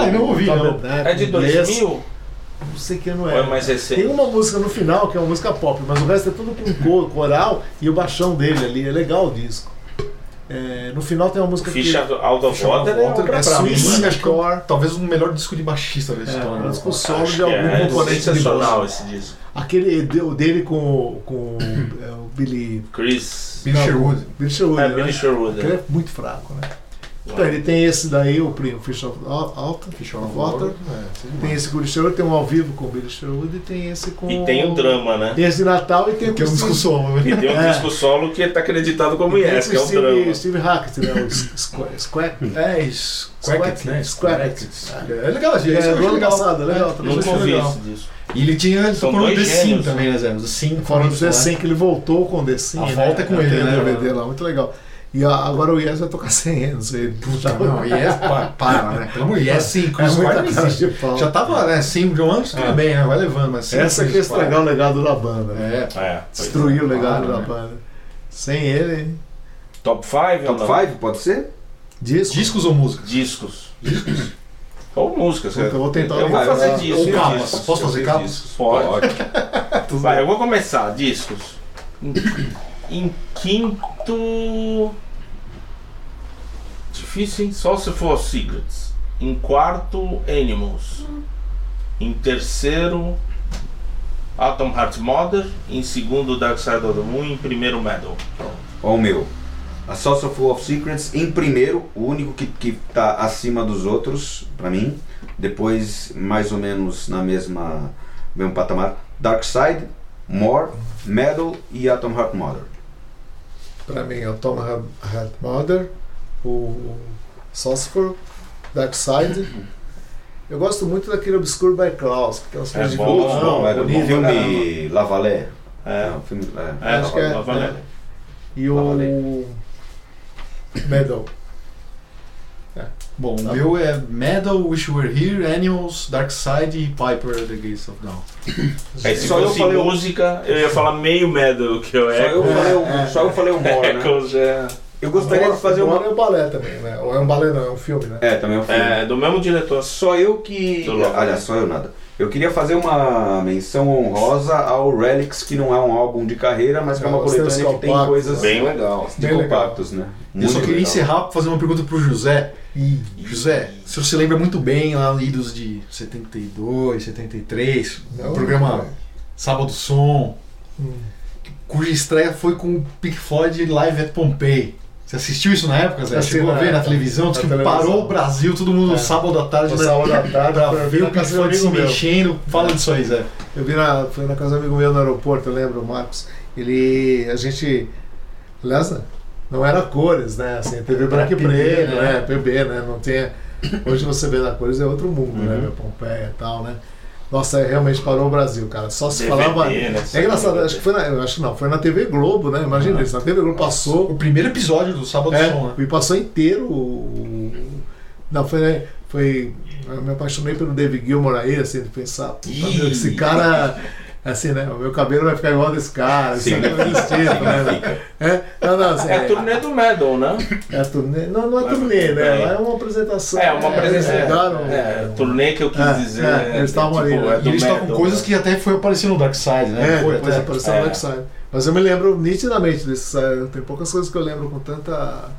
S3: Ah, eu não ouvi, não.
S5: É de 2000?
S4: Não sei que ano
S5: Ou
S4: é.
S5: é mais recente?
S4: Tem uma música no final que é uma música pop, mas o resto é tudo com cor, coral e o baixão dele ali. É legal o disco. É, no final tem uma música
S5: Ficha
S4: que.
S5: do Out of
S4: Ficha Out
S5: Water
S4: of
S5: é
S4: Water,
S5: obra
S4: é
S5: pra mim,
S4: suíço.
S5: mano.
S3: acho que é o- talvez o melhor disco de baixista da
S4: É,
S3: história.
S4: uma
S3: né?
S4: disco solo
S5: Acho
S4: de
S5: que
S4: algum
S5: é, é
S4: componente de
S5: sensacional
S4: baixo.
S5: esse disco.
S4: Aquele de- o dele com, o- com o- é, o Billy.
S5: Chris.
S3: Billy
S4: Não,
S3: Sherwood.
S4: Billy Sherwood.
S5: É,
S4: né?
S5: Billy Sherwood.
S4: Aquele
S5: é.
S4: é muito fraco, né? Então, ele tem esse daí, o primo, Fish of Alta,
S3: Fish
S4: Fish
S3: on
S4: of
S3: Water.
S4: Water. Tem esse com o Billy Sherwood, tem um ao vivo com o Billy Sherwood e tem esse com.
S5: E tem o drama, né?
S4: Tem esse de Natal e tem o
S3: Que é um
S4: com
S3: disco
S4: Steve-
S3: solo,
S5: E
S3: né?
S5: tem um
S4: É.
S5: disco solo que tá acreditado como
S4: tem
S5: Yes,
S4: com
S5: que é
S3: um
S5: o
S4: Steve,
S5: drama.
S4: Steve Hackett, né? O Squ- Squack.
S3: É, isso.
S4: Squacket, né?
S3: Squacket. É legal, gente.
S4: É,
S3: isso eu acho
S4: bem engraçado, é legal,
S3: É,
S4: também
S5: Nunca
S3: isso eu acho
S5: ouvi
S3: legal.
S5: esse disco.
S3: E ele tinha
S5: São
S3: falando
S5: dois
S3: do Sim
S5: gênios,
S3: também, né, Zé? Do Sim,
S4: Fora do
S3: Sim,
S4: Zé Sem, que ele voltou com o The Sim,
S3: A volta é com
S4: Tem
S3: ele,
S4: o
S3: né?
S4: DVD lá, muito legal. E a- agora o Yes vai tocar sem ele, não sei.
S3: Puta, não, Yes, é pa- para, né? Pelo amor de Deus, Yes, Sim,
S4: É
S3: Chris Square não
S4: muita cara
S3: existe.
S4: de pau.
S3: Já tava, né, Sim, John Anderson, tudo
S5: É.
S3: bem, né? Vai levando, mas Sim,
S4: Essa que é
S3: Chris Square-
S4: estragar o legado da banda, né?
S3: É,
S5: É. pois é.
S4: Destruir o legado
S3: claro,
S4: da
S3: né?
S4: banda. Sem ele,
S5: Top 5 ou
S1: Top
S5: É, não?
S1: 5, pode ser?
S4: disco.
S3: discos ou músicas?
S5: Discos. Ou músicas.
S4: Eu vou tentar
S5: Eu vou
S4: lembrar.
S5: fazer
S4: Ou
S5: discos.
S3: capas.
S5: discos.
S3: Posso
S1: Eu
S3: fazer
S1: fiz
S3: capas?
S1: discos.
S5: Pode.
S4: Tudo
S5: Vai,
S4: bem.
S5: eu vou começar. Discos. Em- Em quinto. Difícil, hein? Só se for Secrets. Em quarto, Animals. Em terceiro, Atom Heart Mother, em segundo Dark Side of the Moon, em primeiro Metal.
S1: Ó o meu. A Source of War of Secrets em primeiro, o único que, que tá acima dos outros, pra mim. Depois, mais ou menos na mesma mesmo patamar, Dark Side, More, Metal e Atom Heart Mother.
S4: Pra mim é o Tom Heart Mother, o Sulfur, Dark Side. Eu gosto muito daquele Obscure by Klaus, que tem uns filmes de
S5: bom,
S1: É Bom,
S5: não,
S1: não, era um
S5: bonito,
S1: filme Lavalé.
S5: É,
S1: Não, filme, é.
S5: é,
S4: acho que é,
S5: Nova Valéria.
S4: E
S1: Tá
S4: o.
S1: valendo.
S4: Metal.
S3: Bom, o
S4: Tá
S3: meu é Metal, Wish You Were Here, Animals, Dark Side e Piper the Gates of Dawn.
S5: Aí, se
S1: Só eu
S5: fosse
S1: falei o-
S5: música, eu ia falar meio metal, que eu
S1: Só
S5: é.
S1: eu, falei o,
S4: é,
S1: só eu falei o More, né?
S5: Echoes é,
S1: Eu gostaria de fazer
S4: Agora
S1: uma...
S4: é um balé também, né? Ou é um balé não, é um filme, né?
S1: É, também é um filme.
S5: é né? do mesmo diretor.
S1: Só eu que...
S5: Do Lavalé.
S1: Aliás, só eu nada. Eu queria fazer uma menção honrosa ao Relics, que não é um álbum de carreira, mas que é uma
S4: Não, os teus
S1: coletânea que tem
S4: compactos,
S1: coisas
S5: Bem legal.
S1: de
S4: Bem legal.
S1: compactos, né?
S3: Eu só queria
S1: legal.
S3: encerrar pra fazer uma pergunta pro José. José, se você lembra muito bem lá idos de 72, 73,
S4: Não,
S3: o programa
S4: não é.
S3: Sábado Som,
S4: Hum.
S3: cuja estreia foi com o Pink Floyd Live at Pompeii. Você assistiu isso na época, Zé?
S4: Assisti
S3: Chegou a
S4: na
S3: ver na
S4: época.
S3: televisão? Diz
S4: Na
S3: que
S4: televisão.
S3: parou o Brasil, todo mundo
S4: É.
S3: sábado à tarde,
S4: No
S3: né?
S4: sábado à tarde,
S3: Pra
S4: pra
S3: ver
S4: ver
S3: o
S4: na
S3: Pink
S4: casa de um
S3: Floyd se
S4: amigo meu.
S3: mexendo. Fala disso aí, Zé.
S4: Eu vi na, foi na casa de um amigo meu no aeroporto, eu lembro, o Marcos. Ele. A gente. Aliás, não era cores, né? Assim, TV branco e
S3: PB,
S4: preto,
S3: né?
S4: né? PB, né? Não tinha. Hoje você vê na cores é outro mundo, né? Meu Pompeia e tal, né? Nossa, é, realmente parou o Brasil, cara. Só se
S5: DVD,
S4: falava.
S5: né?
S4: É engraçado, acho que foi na. eu Acho que não, foi na TV Globo, né? Imagina isso, na TV Globo passou.
S3: O primeiro episódio do Sábado
S4: É,
S3: Som, né?
S4: e passou inteiro. o- Não, foi, né, foi. Eu me apaixonei pelo David Gilmour aí, assim, de pensar, puta,
S5: Ih.
S4: meu, esse cara. Assim, né? O meu cabelo vai ficar igual desse cara, isso aqui vai existir, né? É, não, não, assim,
S5: É a turnê do metal, né?
S4: é a turnê. Não, não é turnê, né? Lá é uma apresentação. né,
S5: É, uma presença.
S4: Eles mudaram,
S5: É, é, turnê que eu quis
S4: É,
S5: dizer. tipo,
S4: é, eles estavam ali, né?
S3: E
S5: do
S3: eles tocam
S5: metal,
S3: coisas
S5: né?
S3: que até foi aparecer no Dark Side, né?
S4: É,
S3: foi
S4: depois
S3: até.
S4: apareceu
S5: é.
S4: o Black Side. Mas eu me lembro nitidamente desse eh, Tem poucas coisas que eu lembro com tanta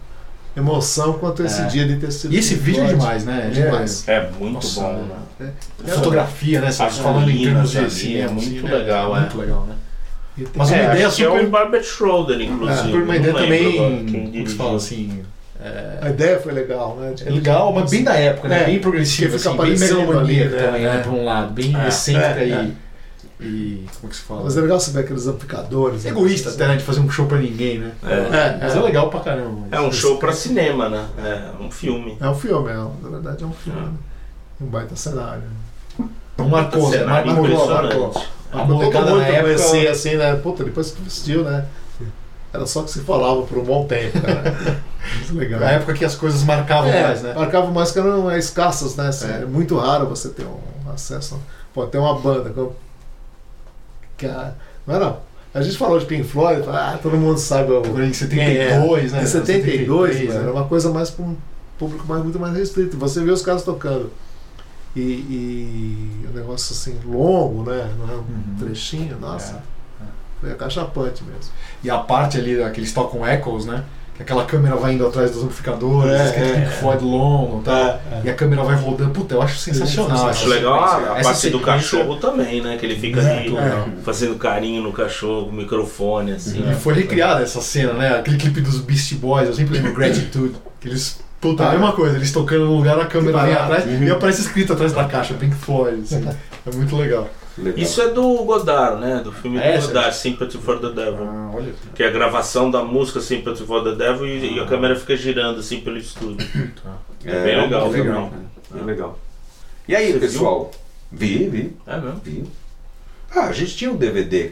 S4: emoção quanto esse
S3: É.
S4: dia de ter sido.
S3: E esse vídeo é demais, né? É
S4: É.
S3: demais.
S5: É muito
S3: Nossa,
S5: bom, né?
S4: É.
S3: Fotografia, né? Sabe?
S5: As
S3: Falando em termos de
S5: meninas ali,
S3: cinema,
S5: é muito
S3: assim, né?
S5: legal, é.
S3: Muito legal, né?
S4: E tem-
S3: Mas uma
S5: é,
S3: ideia
S5: acho que É
S3: super-
S5: o Barbet Schroeder,
S3: É,
S5: inclusive.
S3: super uma ideia
S5: Não lembro agora
S3: também.
S5: quem
S3: Como que se
S5: dirigiu.
S3: fala assim?
S4: A ideia foi legal, né?
S3: É legal, mas bem da época, né?
S4: É,
S3: bem progressiva,
S4: que fica
S3: assim, bem
S4: aparecendo
S3: megalomaníaca
S4: ali, né?
S3: também, né?
S4: É.
S3: Por um lado, bem
S5: É,
S3: excêntrica
S4: é,
S3: e,
S4: é.
S3: e. Como que se fala?
S4: Mas é legal saber aqueles amplificadores. né?
S3: Egoísta até, né? De fazer um show pra ninguém, né?
S5: É.
S3: Mas é legal pra caramba.
S5: É um show pra cinema, né? É um filme.
S4: É um filme, é, um- na verdade é um filme. né?
S3: Ah.
S4: Um baita cenário.
S3: Então marcou, né?
S5: Cenário
S3: Marcou,
S5: impressionante. É,
S3: marcou. A
S4: Todo
S3: molecada
S4: mundo
S3: na época.
S4: conhecia, assim, né? Puta, depois que vestiu, né? Era só que se falava por um bom tempo, né? cara. Muito legal.
S5: né?
S3: Na época que as coisas marcavam
S4: É,
S3: mais, né?
S4: Marcavam mais que eram é, escassas, né? Assim,
S3: É.
S4: é. muito raro você ter um acesso. Pô, tem uma banda que, eu- que a, não era. A gente falou de Pink Floyd, ah, todo mundo sabe o,
S3: Em
S4: É,
S3: 72, né?
S4: Em 72,
S3: 73,
S4: mano, era uma coisa mais para um público mais, muito mais restrito. Você vê os caras tocando. E, e um negócio assim, longo, né? Não é um
S3: Uhum. É,
S4: trechinho, nossa. Foi acachapante mesmo.
S3: E a parte ali da- que eles tocam Echoes, né? Que aquela câmera vai indo atrás dos amplificadores,
S4: É,
S3: escrito
S4: é.
S3: Pink Floyd longo e tal. E a câmera vai rodando. Puta, eu É, acho sensacional.
S5: Acho
S3: essa
S5: legal
S3: sequência.
S5: a, a
S3: Essa
S5: parte do
S3: sequência-
S5: cachorro também, né? Que ele fica
S3: É, Uhum.
S5: ali né?
S4: é.
S5: fazendo carinho no cachorro, com o microfone, assim.
S3: E foi recriada essa cena, né? Aquele clipe dos Beastie Boys, eu sempre lembro Gratitude. Que eles. Uhum. Puta, a mesma coisa, eles tocando no lugar, a câmera vem
S4: barato.
S3: atrás e aparece escrito atrás da caixa, Pink Floyd. assim. É muito legal.
S1: Legal.
S5: Isso é do Godard, né? Do filme
S3: É,
S5: do Godard, Sympathy for the Devil.
S3: Ah, olha.
S5: Que é a gravação da música assim, Sympathy for the Devil e, e a câmera fica girando assim pelo estúdio. É bem legal,
S1: bem
S5: legal.
S1: É, bem legal. E aí,
S5: Você
S1: pessoal? Vi, vi,
S5: É mesmo?
S1: vi. Ah, a gente tinha um DVD,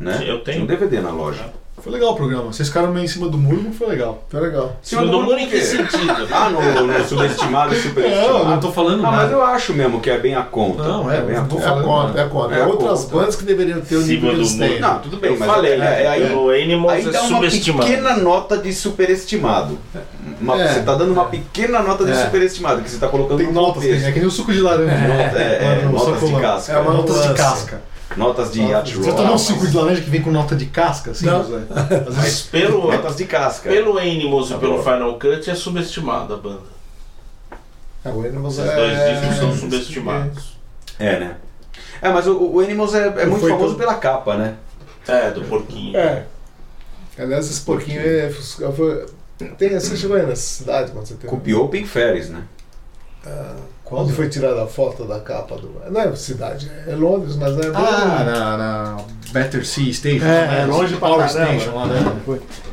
S1: né?
S5: Eu
S1: Tinha
S5: tenho.
S1: um DVD na loja.
S3: Foi legal o programa. Vocês ficaram meio em cima do muro, mas foi legal.
S4: Foi legal.
S5: Segundo
S1: Segundo
S5: mundo, em que
S1: quê?
S5: sentido?
S1: Ah, no, no subestimado e superestimado.
S3: Não, não tô falando
S1: Ah, mas
S3: nada.
S1: eu acho mesmo que é bem a conta.
S3: Não, é,
S1: bem
S3: não
S1: a
S3: tô
S4: É
S1: conta.
S4: a
S3: falando,
S4: conta, é a conta.
S1: É a
S4: Outras
S1: conta.
S4: bandas que deveriam ter o
S5: Cima
S4: nível
S5: do
S4: que eles têm.
S5: mundo.
S1: Não, tudo bem,
S5: Eu
S1: mas
S5: falei,
S1: é, é, aí,
S5: o Animals
S1: aí
S5: é
S1: dá uma
S5: subestimado.
S1: pequena nota de superestimado. Uma-
S4: É.
S1: Você tá dando uma pequena nota de
S4: É.
S1: superestimado, que você tá colocando
S3: Tem
S1: no
S3: notas, tem,
S1: contexto.
S3: é que nem o suco de laranja.
S1: Nota- é, é,
S3: Mano,
S1: notas de
S3: sacolão.
S1: casca.
S3: É uma
S4: É.
S3: notas de
S4: Nossa.
S3: casca.
S1: Notas de
S4: Notas- tá
S1: Yacht
S3: Você
S1: Roll.
S3: tomou um
S1: mas-
S3: suco de laranja que vem com nota de casca, assim,
S4: Não.
S3: José? Às
S5: Mas
S3: vezes
S5: pelo,
S1: Notas de casca.
S5: pelo Animals e pelo
S1: Adoro.
S5: Final Cut é subestimado a banda.
S4: É, o Animals
S5: Esses
S4: é-
S5: dois discos são subestimados.
S1: É, né? É, mas o, o Animals é, é
S4: Não
S1: muito
S4: foi
S1: famoso
S4: tão-
S1: pela capa, né?
S5: É, do porquinho.
S4: É. Aliás, esse porquinho é. foi- Tem, você chegou aí na cidade quando você teve. Ah,
S1: Copiou o Pink Ferris, né?
S4: Quando foi tirada a foto da capa do. Não é cidade, é Londres, mas não é.
S3: Ah, na, na Better Sea Station. né? Power Station lá, né?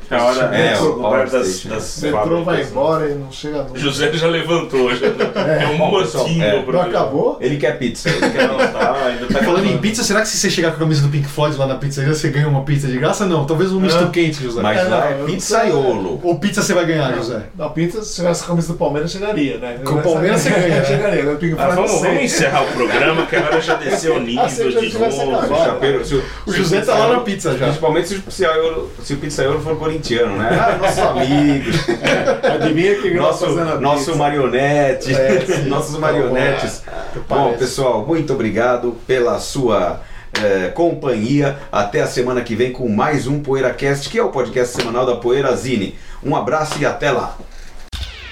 S5: É a hora
S1: É,
S5: é,
S1: o
S5: o lugar
S1: Power
S5: das,
S1: Station.
S5: das
S4: Você entrou, vai
S5: fábricas, né?
S4: embora e não chega
S5: O
S4: nunca.
S5: José já levantou, já. É um
S1: Bom, pessoal,
S5: motinho
S1: é.
S5: pro
S4: Não acabou?
S1: Ele quer pizza. Ele quer...
S5: Não, tá, ainda tá
S3: Falando em pizza, será que se você chegar com a camisa do Pink Floyd lá na pizzaria, você ganha uma pizza de graça? Não, talvez um misto
S4: Ah.
S3: quente, José.
S1: Mas
S4: É,
S1: lá
S4: não,
S1: é
S4: eu-
S1: pizzaiolo.
S3: Ou pizza você vai ganhar, José?
S4: Na pinta, se tivesse a camisa do Palmeiras, chegaria, né?
S3: Com o Palmeiras você ganha, né?
S4: chegaria. né? O Pink
S5: Ah,
S4: Floyd
S5: vamos,
S4: não sei.
S5: vamos encerrar o programa, que agora já desceu o nível
S4: Ah, você já
S5: de
S4: tivesse
S5: novo.
S4: acabado.
S1: Chapeiro- se
S3: O
S1: se
S3: José tá lá
S1: pizzaiolo-
S3: na pizza já.
S1: Principalmente se o pizzaiolo, se o pizzaiolo for corintiano, né? Ah, nosso amigo,
S4: Adivinha
S3: tá
S4: que
S1: nosso, nosso marionete,
S4: É, sim.
S1: nossos marionetes. Bom,
S4: Parece.
S1: pessoal, muito obrigado pela sua eh, companhia. Até a semana que vem com mais um PoeiraCast, que é o podcast semanal da Poeirazine. Um abraço e até lá.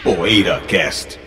S1: PoeiraCast.